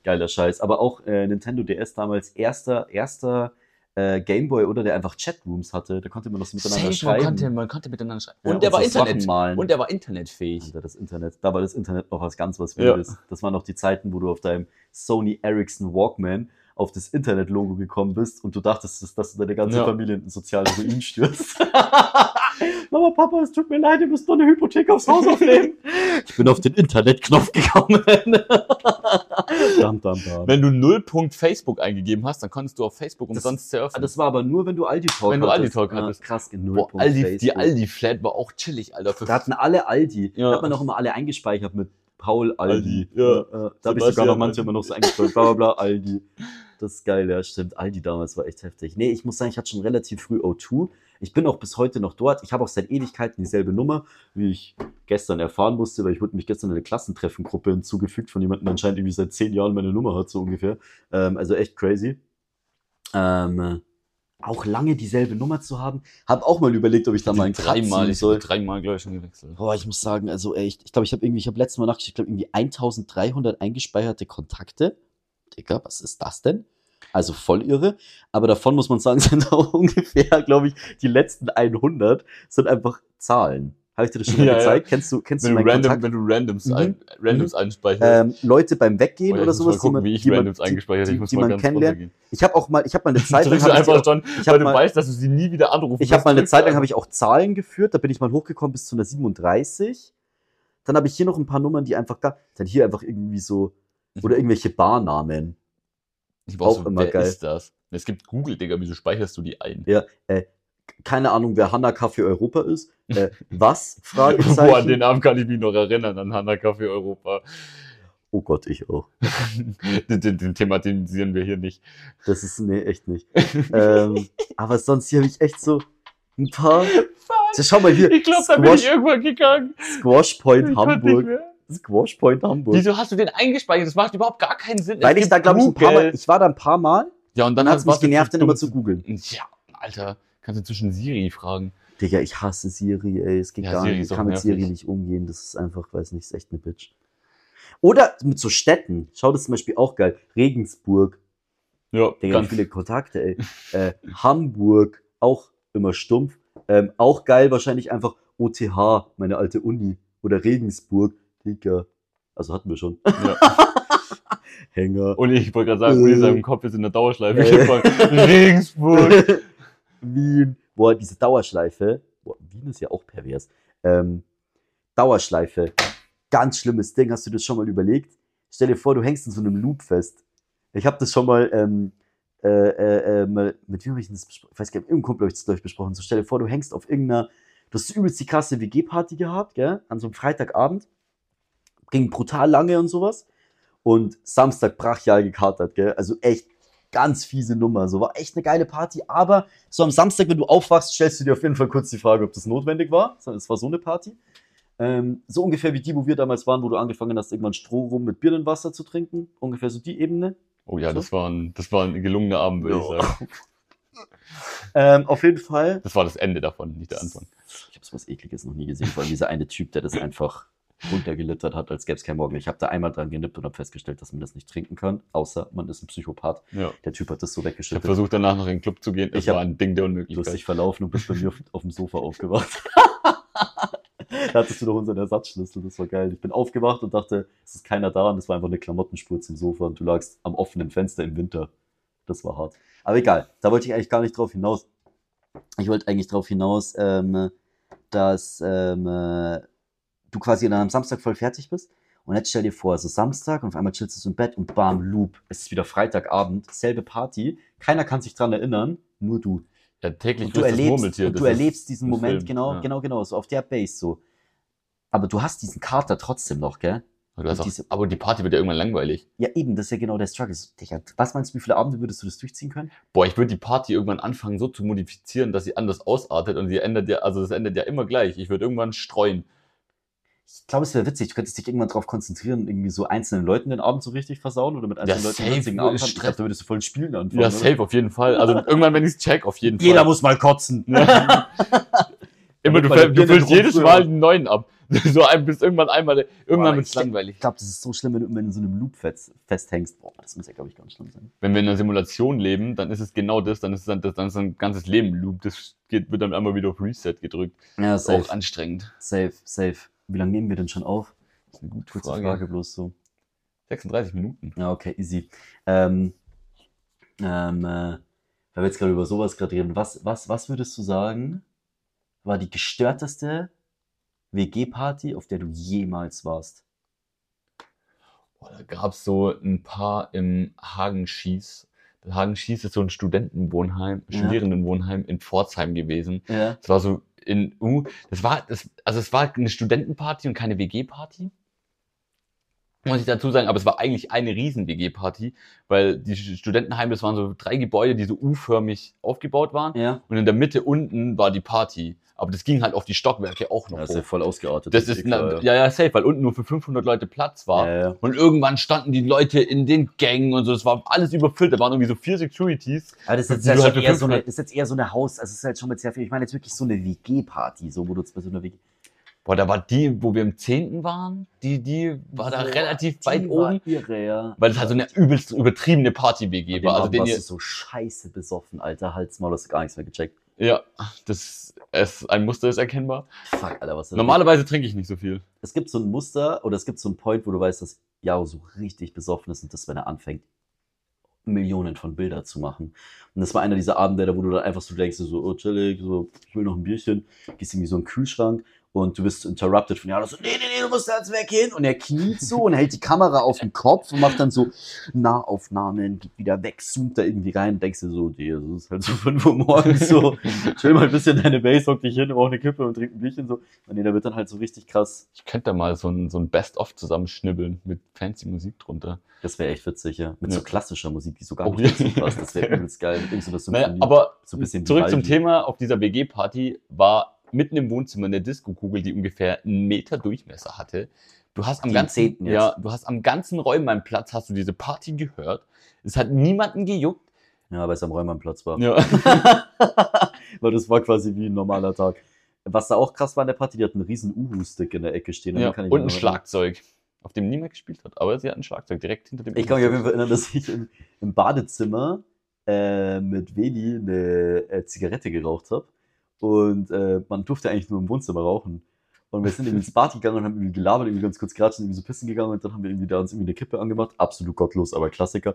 Speaker 2: Geiler Scheiß. Aber auch äh, Nintendo DS damals erster, erster äh, Gameboy, oder? Der einfach Chatrooms hatte. Da konnte man noch so miteinander
Speaker 1: Safe, man,
Speaker 2: schreiben.
Speaker 1: konnte, man konnte miteinander schreiben.
Speaker 2: Ja,
Speaker 1: und der
Speaker 2: so
Speaker 1: war Internet.
Speaker 2: Sachen malen.
Speaker 1: Und der war internetfähig.
Speaker 2: Alter, das Internet. Da war das Internet noch was ganz was
Speaker 1: Ja.
Speaker 2: Wildes. Das waren noch die Zeiten, wo du auf deinem Sony Ericsson Walkman auf das Internet-Logo gekommen bist und du dachtest, dass, dass du deine ganze
Speaker 1: Ja.
Speaker 2: Familie in den sozialen Ruin stürzt. Mama, Papa, es tut mir leid, ihr müsst nur eine Hypothek aufs Haus aufnehmen. Ich bin auf den Internetknopf gekommen. dam, dam, dam.
Speaker 1: Wenn du Nullpunkt Facebook eingegeben hast, dann konntest du auf Facebook umsonst surfen.
Speaker 2: Ah, Das war aber nur, wenn du Aldi-Talk
Speaker 1: Wenn du Aldi-Talk
Speaker 2: Ah,
Speaker 1: hattest.
Speaker 2: krass, in
Speaker 1: Boah,
Speaker 2: Nullpunkt
Speaker 1: Aldi, die
Speaker 2: Facebook.
Speaker 1: Aldi-Flat war auch chillig, Alter. Für
Speaker 2: Da hatten alle Aldi.
Speaker 1: Ja.
Speaker 2: Da hat man auch immer alle eingespeichert mit Paul
Speaker 1: Aldi,
Speaker 2: Aldi.
Speaker 1: ja.
Speaker 2: Äh, Da habe ich sogar
Speaker 1: Sebastian
Speaker 2: noch manche
Speaker 1: Aldi.
Speaker 2: immer noch so eingespeichert. Bla bla bla, Aldi. Das ist geil, ja, stimmt. Aldi damals war echt heftig. Nee, ich muss sagen, ich hatte schon relativ früh O2. Ich bin auch bis heute noch dort. Ich habe auch seit Ewigkeiten dieselbe Nummer, wie ich gestern erfahren musste, weil ich wurde mich gestern in eine Klassentreffengruppe hinzugefügt von jemandem, der anscheinend irgendwie seit zehn Jahren meine Nummer hat, so ungefähr. Ähm, also echt crazy. Ähm, auch lange dieselbe Nummer zu haben. Habe auch mal überlegt, ob ich da mal einen Kratz
Speaker 1: dreimal,
Speaker 2: ziehen
Speaker 1: ich
Speaker 2: soll.
Speaker 1: habe dreimal, glaube ich, schon gewechselt.
Speaker 2: Boah, ich muss sagen, also ey, ich, ich glaube, ich habe irgendwie, ich habe letztes Mal nachgeschaut, ich glaube irgendwie 1300 eingespeicherte Kontakte. Digga, was ist das denn? Also voll irre. Aber davon muss man sagen, sind auch ungefähr, glaube ich, die letzten 100 sind einfach Zahlen. Habe ich dir das schon mal
Speaker 1: Ja, ja.
Speaker 2: gezeigt? Kennst du, kennst du
Speaker 1: Wenn du,
Speaker 2: meinen
Speaker 1: random,
Speaker 2: Kontakt?
Speaker 1: wenn du Randoms,
Speaker 2: Mhm.
Speaker 1: ein, Randoms einspeicherst.
Speaker 2: Ähm, Leute beim Weggehen
Speaker 1: Oh ja,
Speaker 2: oder
Speaker 1: ich muss mal
Speaker 2: sowas, die
Speaker 1: gucken,
Speaker 2: man,
Speaker 1: wie ich
Speaker 2: die man,
Speaker 1: Randoms
Speaker 2: die,
Speaker 1: eingespeichert.
Speaker 2: die,
Speaker 1: ich muss
Speaker 2: die
Speaker 1: mal
Speaker 2: man
Speaker 1: ganz
Speaker 2: kennenlernt.
Speaker 1: runtergehen.
Speaker 2: Ich habe auch mal, ich habe mal eine Zeit
Speaker 1: Zeit
Speaker 2: lang,
Speaker 1: drückst
Speaker 2: hab
Speaker 1: du
Speaker 2: ich sie
Speaker 1: einfach
Speaker 2: auch-
Speaker 1: schon,
Speaker 2: ich
Speaker 1: weil
Speaker 2: habe
Speaker 1: du
Speaker 2: mal,
Speaker 1: weißt, dass du sie nie wieder anrufen
Speaker 2: Ich habe mal eine Zeit lang habe
Speaker 1: habe
Speaker 2: ich auch Zahlen geführt, da bin ich mal hochgekommen bis zu einer 37. Dann habe ich hier noch ein paar Nummern, die einfach gar, dann hier einfach irgendwie so
Speaker 1: Mhm.
Speaker 2: oder irgendwelche Barnamen.
Speaker 1: ich
Speaker 2: auch immer
Speaker 1: wer
Speaker 2: geil.
Speaker 1: ist das? Es gibt Google, Digga, wieso speicherst du die ein?
Speaker 2: Ja, äh, keine Ahnung, wer Hanna Kaffee Europa ist. Äh, was?
Speaker 1: Boah, an den
Speaker 2: Fragezeichen.
Speaker 1: Abend kann ich mich noch erinnern, an Hanna Kaffee Europa.
Speaker 2: Oh Gott, ich auch.
Speaker 1: den, den, den thematisieren wir hier nicht.
Speaker 2: Das ist nee, echt nicht. ähm, aber sonst hier habe ich echt so ein paar.
Speaker 1: Fuck,
Speaker 2: Ja, schau mal hier.
Speaker 1: ich glaube, da bin ich
Speaker 2: Squash,
Speaker 1: irgendwann gegangen.
Speaker 2: Squash Point
Speaker 1: Ich konnte nicht
Speaker 2: Hamburg.
Speaker 1: mehr.
Speaker 2: Squash Point Hamburg.
Speaker 1: Wieso hast du den eingespeichert? Das macht überhaupt gar keinen Sinn.
Speaker 2: Weil
Speaker 1: Es
Speaker 2: ich da
Speaker 1: gibt
Speaker 2: glaube ich ein paar Mal,
Speaker 1: Google.
Speaker 2: ich war da ein paar Mal,
Speaker 1: Ja, und dann,
Speaker 2: dann hat es mich
Speaker 1: warst du
Speaker 2: genervt,
Speaker 1: zu
Speaker 2: dann immer
Speaker 1: dumm
Speaker 2: zu googeln.
Speaker 1: Ja, Alter, kannst du zwischen Siri fragen.
Speaker 2: Digga, ich hasse Siri, ey. Es geht
Speaker 1: Ja,
Speaker 2: gar
Speaker 1: Siri
Speaker 2: nicht.
Speaker 1: ist
Speaker 2: Ich
Speaker 1: auch
Speaker 2: kann mit
Speaker 1: nervig.
Speaker 2: Siri nicht umgehen. Das ist einfach, weiß nicht, ist echt eine Bitch. Oder mit so Städten. Schau, das ist zum Beispiel auch geil. Regensburg.
Speaker 1: Ja,
Speaker 2: Digga, wie viele Kontakte, ey. äh, Hamburg. Auch immer stumpf. Ähm, auch geil wahrscheinlich einfach OTH, meine alte Uni. Oder Regensburg. Digga. Also hatten wir schon.
Speaker 1: Ja.
Speaker 2: Hänger.
Speaker 1: Und ich wollte gerade sagen,
Speaker 2: Äh.
Speaker 1: Uli ist im Kopf jetzt in der Dauerschleife.
Speaker 2: Äh.
Speaker 1: Ich hab von Regensburg.
Speaker 2: Wien. Boah, diese Dauerschleife. Boah, Wien ist ja auch pervers. Ähm, Dauerschleife. Ganz schlimmes Ding. Hast du das schon mal überlegt? Stell dir vor, du hängst in so einem Loop fest. Ich habe das schon mal, ähm, äh, äh, äh, mal- mit wem habe ich denn das besprochen? Ich weiß gar nicht, mit irgendeinem Kumpel habe ich das glaub ich, besprochen. So, stell dir vor, du hängst auf irgendeiner, du hast übelst die krasse WG-Party gehabt, gell? An so einem Freitagabend. Ging brutal lange und sowas. Und Samstag brachial gekatert, gell? Also echt ganz fiese Nummer. So war echt eine geile Party, aber so am Samstag, wenn du aufwachst, stellst du dir auf jeden Fall kurz die Frage, ob das notwendig war. Es war so eine Party. Ähm, so ungefähr wie die, wo wir damals waren, wo du angefangen hast, irgendwann Stroh rum mit Birnenwasser zu trinken. Ungefähr so die Ebene.
Speaker 1: Oh ja,
Speaker 2: So.
Speaker 1: das war ein, das war ein gelungener Abend, würde
Speaker 2: Ja.
Speaker 1: ich sagen.
Speaker 2: Ähm, auf jeden Fall.
Speaker 1: Das war das Ende davon, nicht der Anfang.
Speaker 2: Ich habe sowas Ekliges noch nie gesehen. Vor allem dieser eine Typ, der das einfach runtergelittert hat, als gäbe es kein Morgen. Ich habe da einmal dran genippt und habe festgestellt, dass man das nicht trinken kann, außer man ist ein Psychopath.
Speaker 1: Ja.
Speaker 2: Der Typ hat das so
Speaker 1: Ich habe
Speaker 2: weggeschüttet.
Speaker 1: versucht, danach noch in den Club zu gehen. Das
Speaker 2: Ich hab-
Speaker 1: war ein Ding der
Speaker 2: Du hast
Speaker 1: Unmöglichkeit.
Speaker 2: dich verlaufen und bist bei mir auf, auf dem Sofa aufgewacht. da hattest du doch unseren Ersatzschlüssel, das war geil. Ich bin aufgewacht und dachte, es ist keiner da und es war einfach eine Klamottenspur zum Sofa und du lagst am offenen Fenster im Winter. Das war hart. Aber egal, da wollte ich eigentlich gar nicht drauf hinaus. Ich wollte eigentlich drauf hinaus, ähm, dass ähm, äh, du quasi dann am Samstag voll fertig bist. Und jetzt stell dir vor, es ist Samstag und auf einmal chillst du im Bett und bam, Loop. Es ist wieder Freitagabend, selbe Party. Keiner kann sich dran erinnern, nur du.
Speaker 1: Ja, täglich
Speaker 2: Und du
Speaker 1: grüßt das
Speaker 2: erlebst,
Speaker 1: Murmeltier.
Speaker 2: und
Speaker 1: das
Speaker 2: du
Speaker 1: ist
Speaker 2: erlebst diesen
Speaker 1: ein
Speaker 2: Moment,
Speaker 1: Film,
Speaker 2: genau,
Speaker 1: ja.
Speaker 2: genau, genau, so auf der Base so. Aber du hast diesen Kater trotzdem noch, gell?
Speaker 1: Aber Du hast
Speaker 2: Und
Speaker 1: auch,
Speaker 2: diese-
Speaker 1: aber die Party wird ja irgendwann langweilig.
Speaker 2: Ja, eben, das ist ja genau der Struggle. So, Digga, was meinst du, wie viele Abende würdest du das durchziehen können?
Speaker 1: Boah, ich würde die Party irgendwann anfangen, so zu modifizieren, dass sie anders ausartet und sie ändert ja, also das endet ja immer gleich. Ich würde irgendwann streuen.
Speaker 2: Ich glaube, es wäre witzig. Du könntest dich irgendwann darauf konzentrieren, irgendwie so einzelnen Leuten den Abend so richtig versauen oder mit einzelnen Leuten
Speaker 1: safe,
Speaker 2: einen witzigen
Speaker 1: ist
Speaker 2: Abend haben. Ich
Speaker 1: Stress.
Speaker 2: glaube, da würdest du voll Spielen anfangen.
Speaker 1: Ja,
Speaker 2: oder?
Speaker 1: safe auf jeden Fall. Also irgendwann, wenn ich es check, auf jeden
Speaker 2: Jeder
Speaker 1: Fall.
Speaker 2: muss mal kotzen.
Speaker 1: Ja. Immer, du,
Speaker 2: Damit man
Speaker 1: fäll- du
Speaker 2: Bier
Speaker 1: füllst
Speaker 2: nicht
Speaker 1: jedes
Speaker 2: rumführt.
Speaker 1: Mal einen neuen ab. So ein, bis irgendwann einmal,
Speaker 2: Aber
Speaker 1: irgendwann wird es
Speaker 2: ich denk-
Speaker 1: langweilig.
Speaker 2: Ich glaube, das ist so schlimm, wenn du immer in so einem Loop fest, festhängst. Boah, das muss ja, glaube ich, ganz schlimm sein.
Speaker 1: Wenn wir in einer Simulation leben, dann ist es genau das, dann ist es dann, das, dann ist ein ganzes Leben Loop. Das geht, wird dann einmal wieder auf Reset gedrückt.
Speaker 2: Ja,
Speaker 1: Ist auch anstrengend.
Speaker 2: Safe, safe. Wie lange nehmen wir denn schon auf?
Speaker 1: Das ist eine gute
Speaker 2: Kurze
Speaker 1: Frage.
Speaker 2: Frage bloß so.
Speaker 1: 36 Minuten.
Speaker 2: Ja, okay, easy. Ähm, ähm, äh, weil wir jetzt gerade über sowas gerade reden. Was, was, was würdest du sagen, war die gestörteste WG-Party, auf der du jemals warst?
Speaker 1: Boah, da gab's so ein paar im Hagenschies. Das Hagenschies ist so ein Studentenwohnheim,
Speaker 2: Ja.
Speaker 1: Studierendenwohnheim in Pforzheim gewesen.
Speaker 2: Ja.
Speaker 1: Das war so in U. Das war, das, also es war eine Studentenparty und keine WG-Party. Muss ich dazu sagen, aber es war eigentlich eine riesen WG-Party, weil die Sch- Studentenheime, das waren so drei Gebäude, die so U-förmig aufgebaut waren.
Speaker 2: Ja.
Speaker 1: Und in der Mitte unten war die Party. Aber das ging halt auf die Stockwerke auch noch
Speaker 2: Das ist ja
Speaker 1: hoch.
Speaker 2: voll ausgeartet.
Speaker 1: Das ist, na, ja, ja, safe, weil unten nur für 500 Leute Platz war.
Speaker 2: Ja, ja.
Speaker 1: Und irgendwann standen die Leute in den Gängen und so. Es war alles überfüllt. Da waren irgendwie so vier Securities.
Speaker 2: Aber das ist jetzt,
Speaker 1: Die
Speaker 2: ja
Speaker 1: du
Speaker 2: schon
Speaker 1: halt 500
Speaker 2: eher so eine, ist jetzt eher so eine Haus, also es ist halt schon mit sehr viel, ich meine jetzt wirklich so eine WG-Party, so wo du jetzt bei so einer WG.
Speaker 1: Boah, da war die, wo wir im Zehnten waren, die, die war da
Speaker 2: Boah,
Speaker 1: relativ
Speaker 2: die
Speaker 1: weit
Speaker 2: war
Speaker 1: oben.
Speaker 2: Irre, ja.
Speaker 1: Weil es halt so eine übelst übertriebene Party-WG
Speaker 2: Den
Speaker 1: war. Also
Speaker 2: Abend
Speaker 1: den
Speaker 2: warst
Speaker 1: ihr,
Speaker 2: du so scheiße besoffen, Alter. Halt's mal, hast du gar nichts mehr gecheckt.
Speaker 1: ja, das ist, ein Muster ist erkennbar.
Speaker 2: Fuck, Alter, was ist das?
Speaker 1: Normalerweise trinke ich nicht so viel.
Speaker 2: es gibt so ein Muster oder es gibt so einen Point, wo du weißt, dass Jaro so richtig besoffen ist und das, wenn er anfängt, Millionen von Bilder zu machen. Und das war einer dieser Abende, da wo du dann einfach so denkst, so, oh, chillig, so, ich will noch ein Bierchen, gehst irgendwie so in den Kühlschrank und du wirst interrupted von Jaro, so, nee, nee, nee, du musst da jetzt weggehen. Und er kniet so und hält die Kamera auf den Kopf und macht dann so Nahaufnahmen, geht wieder weg, zoomt da irgendwie rein und denkst dir so, nee, das ist halt so 5 Uhr morgens, so, chill mal ein bisschen deine Base, hock dich hin, rauch eine Kippe und trink ein Bierchen, so. Und nee, da wird dann halt so richtig krass
Speaker 1: Ich könnte da mal so ein, so ein Best-of zusammenschnibbeln mit fancy Musik drunter.
Speaker 2: Das wäre echt witzig, ja. Mit
Speaker 1: Ja.
Speaker 2: so klassischer Musik, die so gar
Speaker 1: Oh,
Speaker 2: nicht
Speaker 1: ja.
Speaker 2: dazu passt. Das wäre übelst geil. Irgend so eine
Speaker 1: Naja,
Speaker 2: Symphonie.
Speaker 1: aber
Speaker 2: so ein bisschen
Speaker 1: zurück zum
Speaker 2: Vivaldi.
Speaker 1: Thema. Auf dieser WG-Party war mitten im Wohnzimmer eine Disco-Kugel, die ungefähr einen Meter Durchmesser hatte. Du hast am
Speaker 2: Die im
Speaker 1: ganzen,
Speaker 2: Zehnten jetzt.
Speaker 1: ja, du hast am ganzen Räumen am Platz hast du diese Party gehört. Es hat niemanden gejuckt.
Speaker 2: Ja, weil es am Räumernplatz war.
Speaker 1: Ja.
Speaker 2: weil das war quasi wie ein normaler Tag. Was da auch krass war an der Party, die hatten einen riesen Uhu-Stick in der Ecke stehen.
Speaker 1: Ja,
Speaker 2: Daran kann ich
Speaker 1: und ein
Speaker 2: mich noch erinnern.
Speaker 1: Schlagzeug, auf dem niemand gespielt hat. Aber sie hat ein Schlagzeug direkt hinter dem.
Speaker 2: Ich kann mich auf jeden Fall erinnern, dass ich im, im Badezimmer äh, mit Veli eine äh, Zigarette geraucht habe. Und äh, man durfte eigentlich nur im Wohnzimmer rauchen. Und wir sind irgendwie ins Bad gegangen und haben irgendwie gelabert, irgendwie ganz kurz geratscht und irgendwie so pissen gegangen. Und dann haben wir irgendwie da uns irgendwie eine Kippe angemacht. Absolut gottlos, aber Klassiker.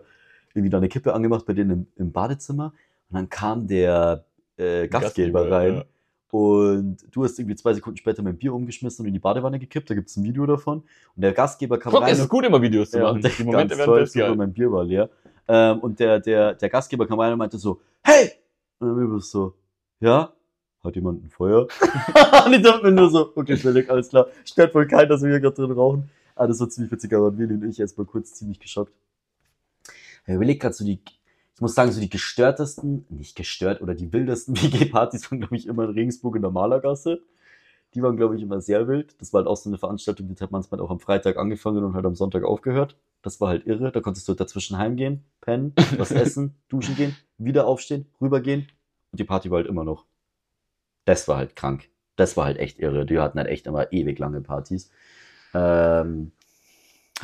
Speaker 2: Irgendwie da eine Kippe angemacht bei denen im, im Badezimmer. Und dann kam der äh, Gastgeber, rein.
Speaker 1: ja.
Speaker 2: Und du hast irgendwie zwei Sekunden später mein Bier umgeschmissen und in die Badewanne gekippt. Da gibt es ein Video davon. Und der Gastgeber kam
Speaker 1: Guck,
Speaker 2: rein.
Speaker 1: es ist
Speaker 2: und-
Speaker 1: gut, immer Videos zu machen.
Speaker 2: und der
Speaker 1: Die Momente
Speaker 2: ganz
Speaker 1: werden
Speaker 2: toll,
Speaker 1: besser.
Speaker 2: super, mein Bier war leer. Ähm, und der, der, der Gastgeber kam rein und meinte so, hey! Und dann war ich so, ja? Hat jemand ein Feuer? und ich dachte mir nur so, okay, Schwellig, alles klar. Stört wohl keinen, dass wir hier gerade drin rauchen. Ah, das war ziemlich witzig, aber Willi und ich erstmal kurz ziemlich geschockt. Ich überleg gerade so die, ich muss sagen, so die gestörtesten, nicht gestört oder die wildesten WG-Partys waren, glaube ich, immer in Regensburg in der Malergasse. Die waren, glaube ich, immer sehr wild. Das war halt auch so eine Veranstaltung, die hat man halt auch am Freitag angefangen und halt am Sonntag aufgehört. Das war halt irre. Da konntest du dazwischen heimgehen, pennen, was essen, duschen gehen, wieder aufstehen, rübergehen. Und die Party war halt immer noch. Das war halt krank. Das war halt echt irre. Die hatten halt echt immer ewig lange Partys. Ähm,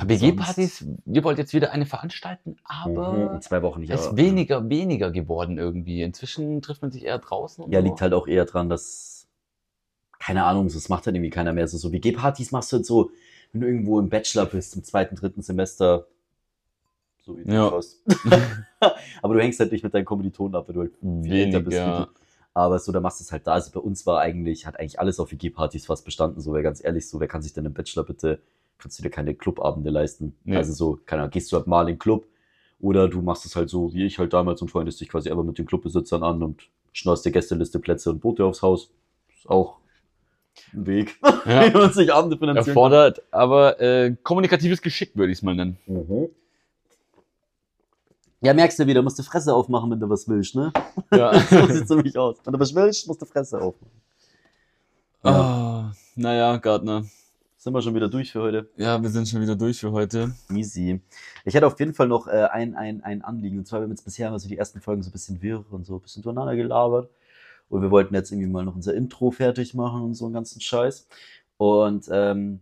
Speaker 1: BG-Partys, wir wollten jetzt wieder eine veranstalten, aber
Speaker 2: Mhm, in zwei Wochen nicht.
Speaker 1: es ist
Speaker 2: aber-
Speaker 1: weniger, weniger geworden irgendwie. Inzwischen trifft man sich eher draußen. und
Speaker 2: Ja,
Speaker 1: so.
Speaker 2: liegt halt auch eher dran, dass, keine Ahnung, das macht halt irgendwie keiner mehr. So, so WG-Partys machst du halt so, wenn du irgendwo im Bachelor bist, im zweiten, dritten Semester. So wie
Speaker 1: Ja.
Speaker 2: du aus. Aber du hängst halt nicht mit deinen Kommilitonen ab, wenn du halt viel älter bist. wie
Speaker 1: weniger.
Speaker 2: du. Aber so, da machst du es halt da. Also bei uns war eigentlich, hat eigentlich alles auf WG-Partys fast bestanden. So, wer ganz ehrlich, so, wer kann sich denn im Bachelor bitte, kannst du dir keine Clubabende leisten?
Speaker 1: Nee.
Speaker 2: Also so, keine Ahnung, gehst du halt mal in den Club oder du machst es halt so, wie ich halt damals und freundest dich quasi einfach mit den Clubbesitzern an und schnorst dir Gästeliste, Plätze und Boote aufs Haus. Ist auch ein Weg,
Speaker 1: Ja.
Speaker 2: wie man sich Abende finanzieren kann.
Speaker 1: Erfordert aber äh, kommunikatives Geschick, würde ich es mal nennen.
Speaker 2: Mhm. Ja, merkst du wieder, musst du Fresse aufmachen, wenn du was willst, ne?
Speaker 1: Ja.
Speaker 2: So sieht's nämlich aus. Wenn du was willst, musst du Fresse aufmachen. Ja.
Speaker 1: Ah, naja, Gartner.
Speaker 2: Sind wir schon wieder durch für heute?
Speaker 1: Ja, wir sind schon wieder durch für heute.
Speaker 2: Easy. Ich hatte auf jeden Fall noch äh, ein, ein, ein Anliegen. Und zwar, wir haben jetzt bisher immer so die ersten Folgen so ein bisschen wirr und so ein bisschen durcheinander gelabert. Und wir wollten jetzt irgendwie mal noch unser Intro fertig machen und so einen ganzen Scheiß. Und ähm,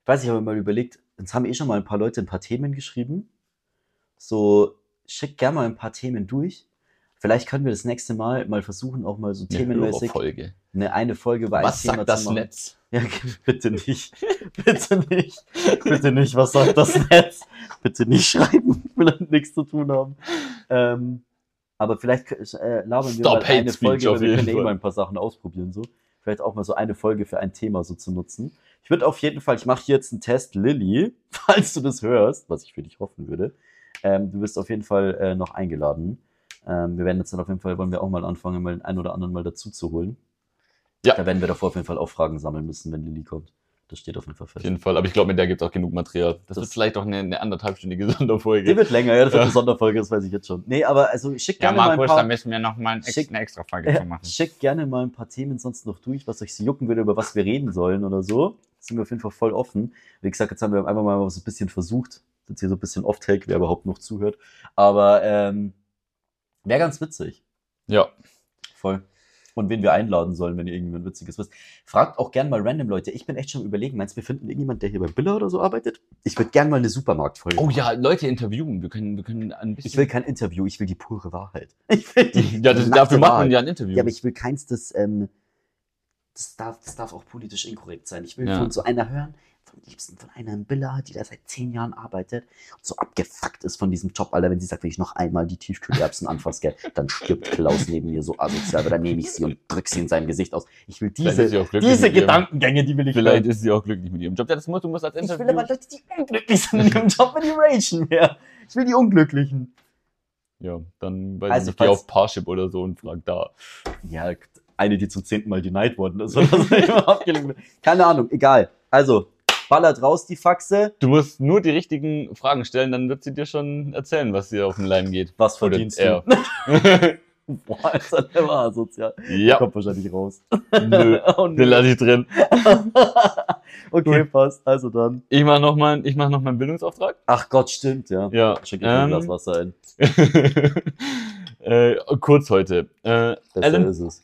Speaker 2: ich weiß, ich habe mir mal überlegt, uns haben eh schon mal ein paar Leute ein paar Themen geschrieben. So, schick gerne mal ein paar Themen durch. Vielleicht können wir das nächste Mal mal versuchen, auch mal so themenmäßig
Speaker 1: Folge.
Speaker 2: eine, eine Folge über
Speaker 1: Was
Speaker 2: ein Thema
Speaker 1: sagt das
Speaker 2: zu machen.
Speaker 1: Netz?
Speaker 2: Ja, bitte nicht. Bitte nicht. Bitte nicht. Was sagt das Netz? Bitte nicht schreiben. Ich will damit nichts zu tun haben. Ähm, aber vielleicht äh, labern
Speaker 1: Stop
Speaker 2: wir mal
Speaker 1: Hate
Speaker 2: eine Folge,
Speaker 1: Speech auf
Speaker 2: weil wir
Speaker 1: jeden
Speaker 2: können ja eh
Speaker 1: Fall.
Speaker 2: mal ein paar Sachen ausprobieren. so. Vielleicht auch mal so eine Folge für ein Thema so zu nutzen. Ich würde auf jeden Fall, ich mache hier jetzt einen Test, Lilly, falls du das hörst, was ich für dich hoffen würde. Ähm, du bist auf jeden Fall äh, noch eingeladen. Ähm, wir werden jetzt dann auf jeden Fall, wollen wir auch mal anfangen, mal den einen oder anderen mal dazu zu holen.
Speaker 1: Ja.
Speaker 2: Da werden wir davor auf jeden Fall auch Fragen sammeln müssen, wenn Lilly kommt. Das steht auf jeden Fall
Speaker 1: Auf
Speaker 2: fest.
Speaker 1: jeden Fall. Aber ich glaube, mit der gibt es auch genug Material. Das,
Speaker 2: Das-
Speaker 1: wird vielleicht auch eine, eine anderthalbstündige
Speaker 2: Die
Speaker 1: Sonderfolge.
Speaker 2: wird länger, ja, das wird
Speaker 1: Ja.
Speaker 2: eine Sonderfolge, das weiß ich jetzt schon. Nee, aber also schick gerne mal ein paar,
Speaker 1: müssen wir nochmal ein
Speaker 2: Schick-
Speaker 1: extra Folge
Speaker 2: äh, schick gerne mal ein paar Themen sonst noch durch, was euch so jucken würde, über was wir reden sollen oder so. Sind wir auf jeden Fall voll offen. Wie gesagt, jetzt haben wir einfach mal so ein bisschen versucht. Jetzt hier so ein bisschen off-take, wer überhaupt noch zuhört. Aber ähm, wäre ganz witzig.
Speaker 1: Ja,
Speaker 2: Voll. Und wen wir einladen sollen, wenn ihr irgendjemand Witziges wisst. Fragt auch gern mal random Leute. Ich bin echt schon am überlegen. Meinst du, wir finden irgendjemand, der hier bei Billa oder so arbeitet? Ich würde gern mal eine Supermarktfolge.
Speaker 1: Oh ja, Leute interviewen. Wir können, wir können ein bisschen.
Speaker 2: Ich will kein Interview, ich will die pure Wahrheit. Ich will die
Speaker 1: ja, das,
Speaker 2: nackte
Speaker 1: dafür macht man
Speaker 2: Wahrheit.
Speaker 1: ja ein Interview.
Speaker 2: Ja, aber ich will keins, das, ähm, das, darf, das darf auch politisch inkorrekt sein. Ich will
Speaker 1: Ja.
Speaker 2: von so einer hören, vom liebsten von einer in Billa, die da seit zehn Jahren arbeitet und so abgefuckt ist von diesem Job, Alter. Wenn sie sagt, wenn ich noch einmal die Tiefkühlerbsen anfasse, gell, dann stirbt Klaus neben mir so asozial, aber dann nehme ich sie und drück sie in seinem Gesicht aus. Ich will
Speaker 1: Vielleicht ist
Speaker 2: diese,
Speaker 1: sie auch glücklich
Speaker 2: diese
Speaker 1: mit ihrem-
Speaker 2: Gedankengänge, die will ich
Speaker 1: Vielleicht
Speaker 2: hören.
Speaker 1: ist sie auch glücklich mit ihrem Job. Ja, das musst du musst als
Speaker 2: Ich
Speaker 1: Interview.
Speaker 2: will aber Leute, die unglücklich sind in ihrem Job, wenn die ragen mehr. Ich will die Unglücklichen.
Speaker 1: ja, dann weiß
Speaker 2: Also,
Speaker 1: ich nicht, geh
Speaker 2: falls-
Speaker 1: auf Parship oder so und frag da.
Speaker 2: Ja, eine, die zum zehnten Mal denied worden ist. Oder so, immer abgelehnt wird. Keine Ahnung, egal. Also, ballert raus die Faxe.
Speaker 1: Du musst nur die richtigen Fragen stellen, dann wird sie dir schon erzählen, was dir auf den Leim geht.
Speaker 2: Was
Speaker 1: Oder
Speaker 2: verdienst
Speaker 1: er.
Speaker 2: du? Boah, Alter, der war asozial.
Speaker 1: ja,
Speaker 2: Kommt wahrscheinlich raus.
Speaker 1: nö.
Speaker 2: Oh,
Speaker 1: Den
Speaker 2: nö.
Speaker 1: lasse ich drin.
Speaker 2: okay, passt. Also dann.
Speaker 1: Ich mache nochmal mach noch meinen Bildungsauftrag.
Speaker 2: Ach Gott, stimmt, ja.
Speaker 1: Ja.
Speaker 2: Schick ich mir ein Glas
Speaker 1: Ähm,
Speaker 2: Wasser ein.
Speaker 1: äh, kurz heute. Äh,
Speaker 2: Besser
Speaker 1: Alan,
Speaker 2: ist es.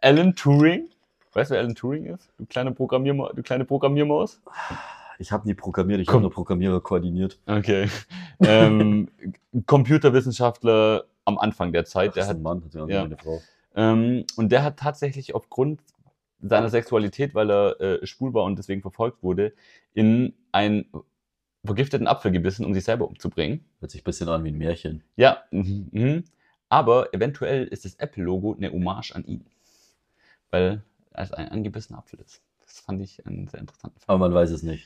Speaker 1: Alan Turing. Weißt du, wer Alan Turing ist? Du kleine, Programmierma du kleine Programmiermaus?
Speaker 2: Ich habe nie programmiert, ich
Speaker 1: Komm.
Speaker 2: habe nur Programmierer koordiniert.
Speaker 1: Okay. ähm, Computerwissenschaftler am Anfang der Zeit. Der
Speaker 2: ist
Speaker 1: hat,
Speaker 2: ein Mann, hat ja
Speaker 1: ja.
Speaker 2: eine Frau.
Speaker 1: ähm, und der hat tatsächlich aufgrund seiner Sexualität, weil er äh, schwul war und deswegen verfolgt wurde, in einen vergifteten Apfel gebissen, um sich selber umzubringen.
Speaker 2: Hört sich ein bisschen an wie ein Märchen.
Speaker 1: Ja, mhm, mhm. aber eventuell ist das Apple-Logo eine Hommage an ihn, weil es ein angebissener Apfel ist. Das fand ich einen sehr interessanten Fakt.
Speaker 2: Aber man weiß es nicht.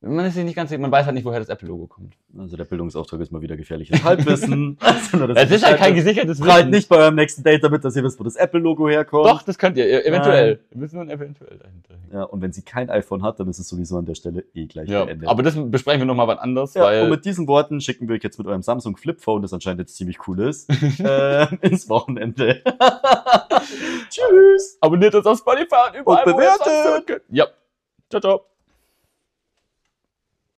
Speaker 1: Man ist sich nicht ganz sicher, man weiß halt nicht, woher das Apple-Logo kommt.
Speaker 2: Also der Bildungsauftrag ist mal wieder gefährliches Halbwissen. also nur, dass
Speaker 1: Es
Speaker 2: ihr
Speaker 1: ist halt
Speaker 2: Bescheid
Speaker 1: kein
Speaker 2: wisst.
Speaker 1: gesichertes
Speaker 2: Prallt
Speaker 1: Wissen.
Speaker 2: nicht bei eurem nächsten Date damit, dass ihr wisst, wo das Apple-Logo herkommt.
Speaker 1: Doch, das könnt ihr, ihr- eventuell. Wir müssen nur ein eventuell dahinter hängen.
Speaker 2: Ja, und wenn sie kein iPhone hat, dann ist es sowieso an der Stelle eh gleich
Speaker 1: Ja,
Speaker 2: beendet.
Speaker 1: aber das besprechen wir nochmal wann anders,
Speaker 2: Ja,
Speaker 1: weil
Speaker 2: und mit diesen Worten schicken wir euch jetzt mit eurem Samsung Flip Phone, das anscheinend jetzt ziemlich cool ist, äh, ins Wochenende. Tschüss!
Speaker 1: abonniert uns auf Spotify und überall, wo ihr es
Speaker 2: bewertet!
Speaker 1: sonst hören könnt. Ja, ciao, ciao.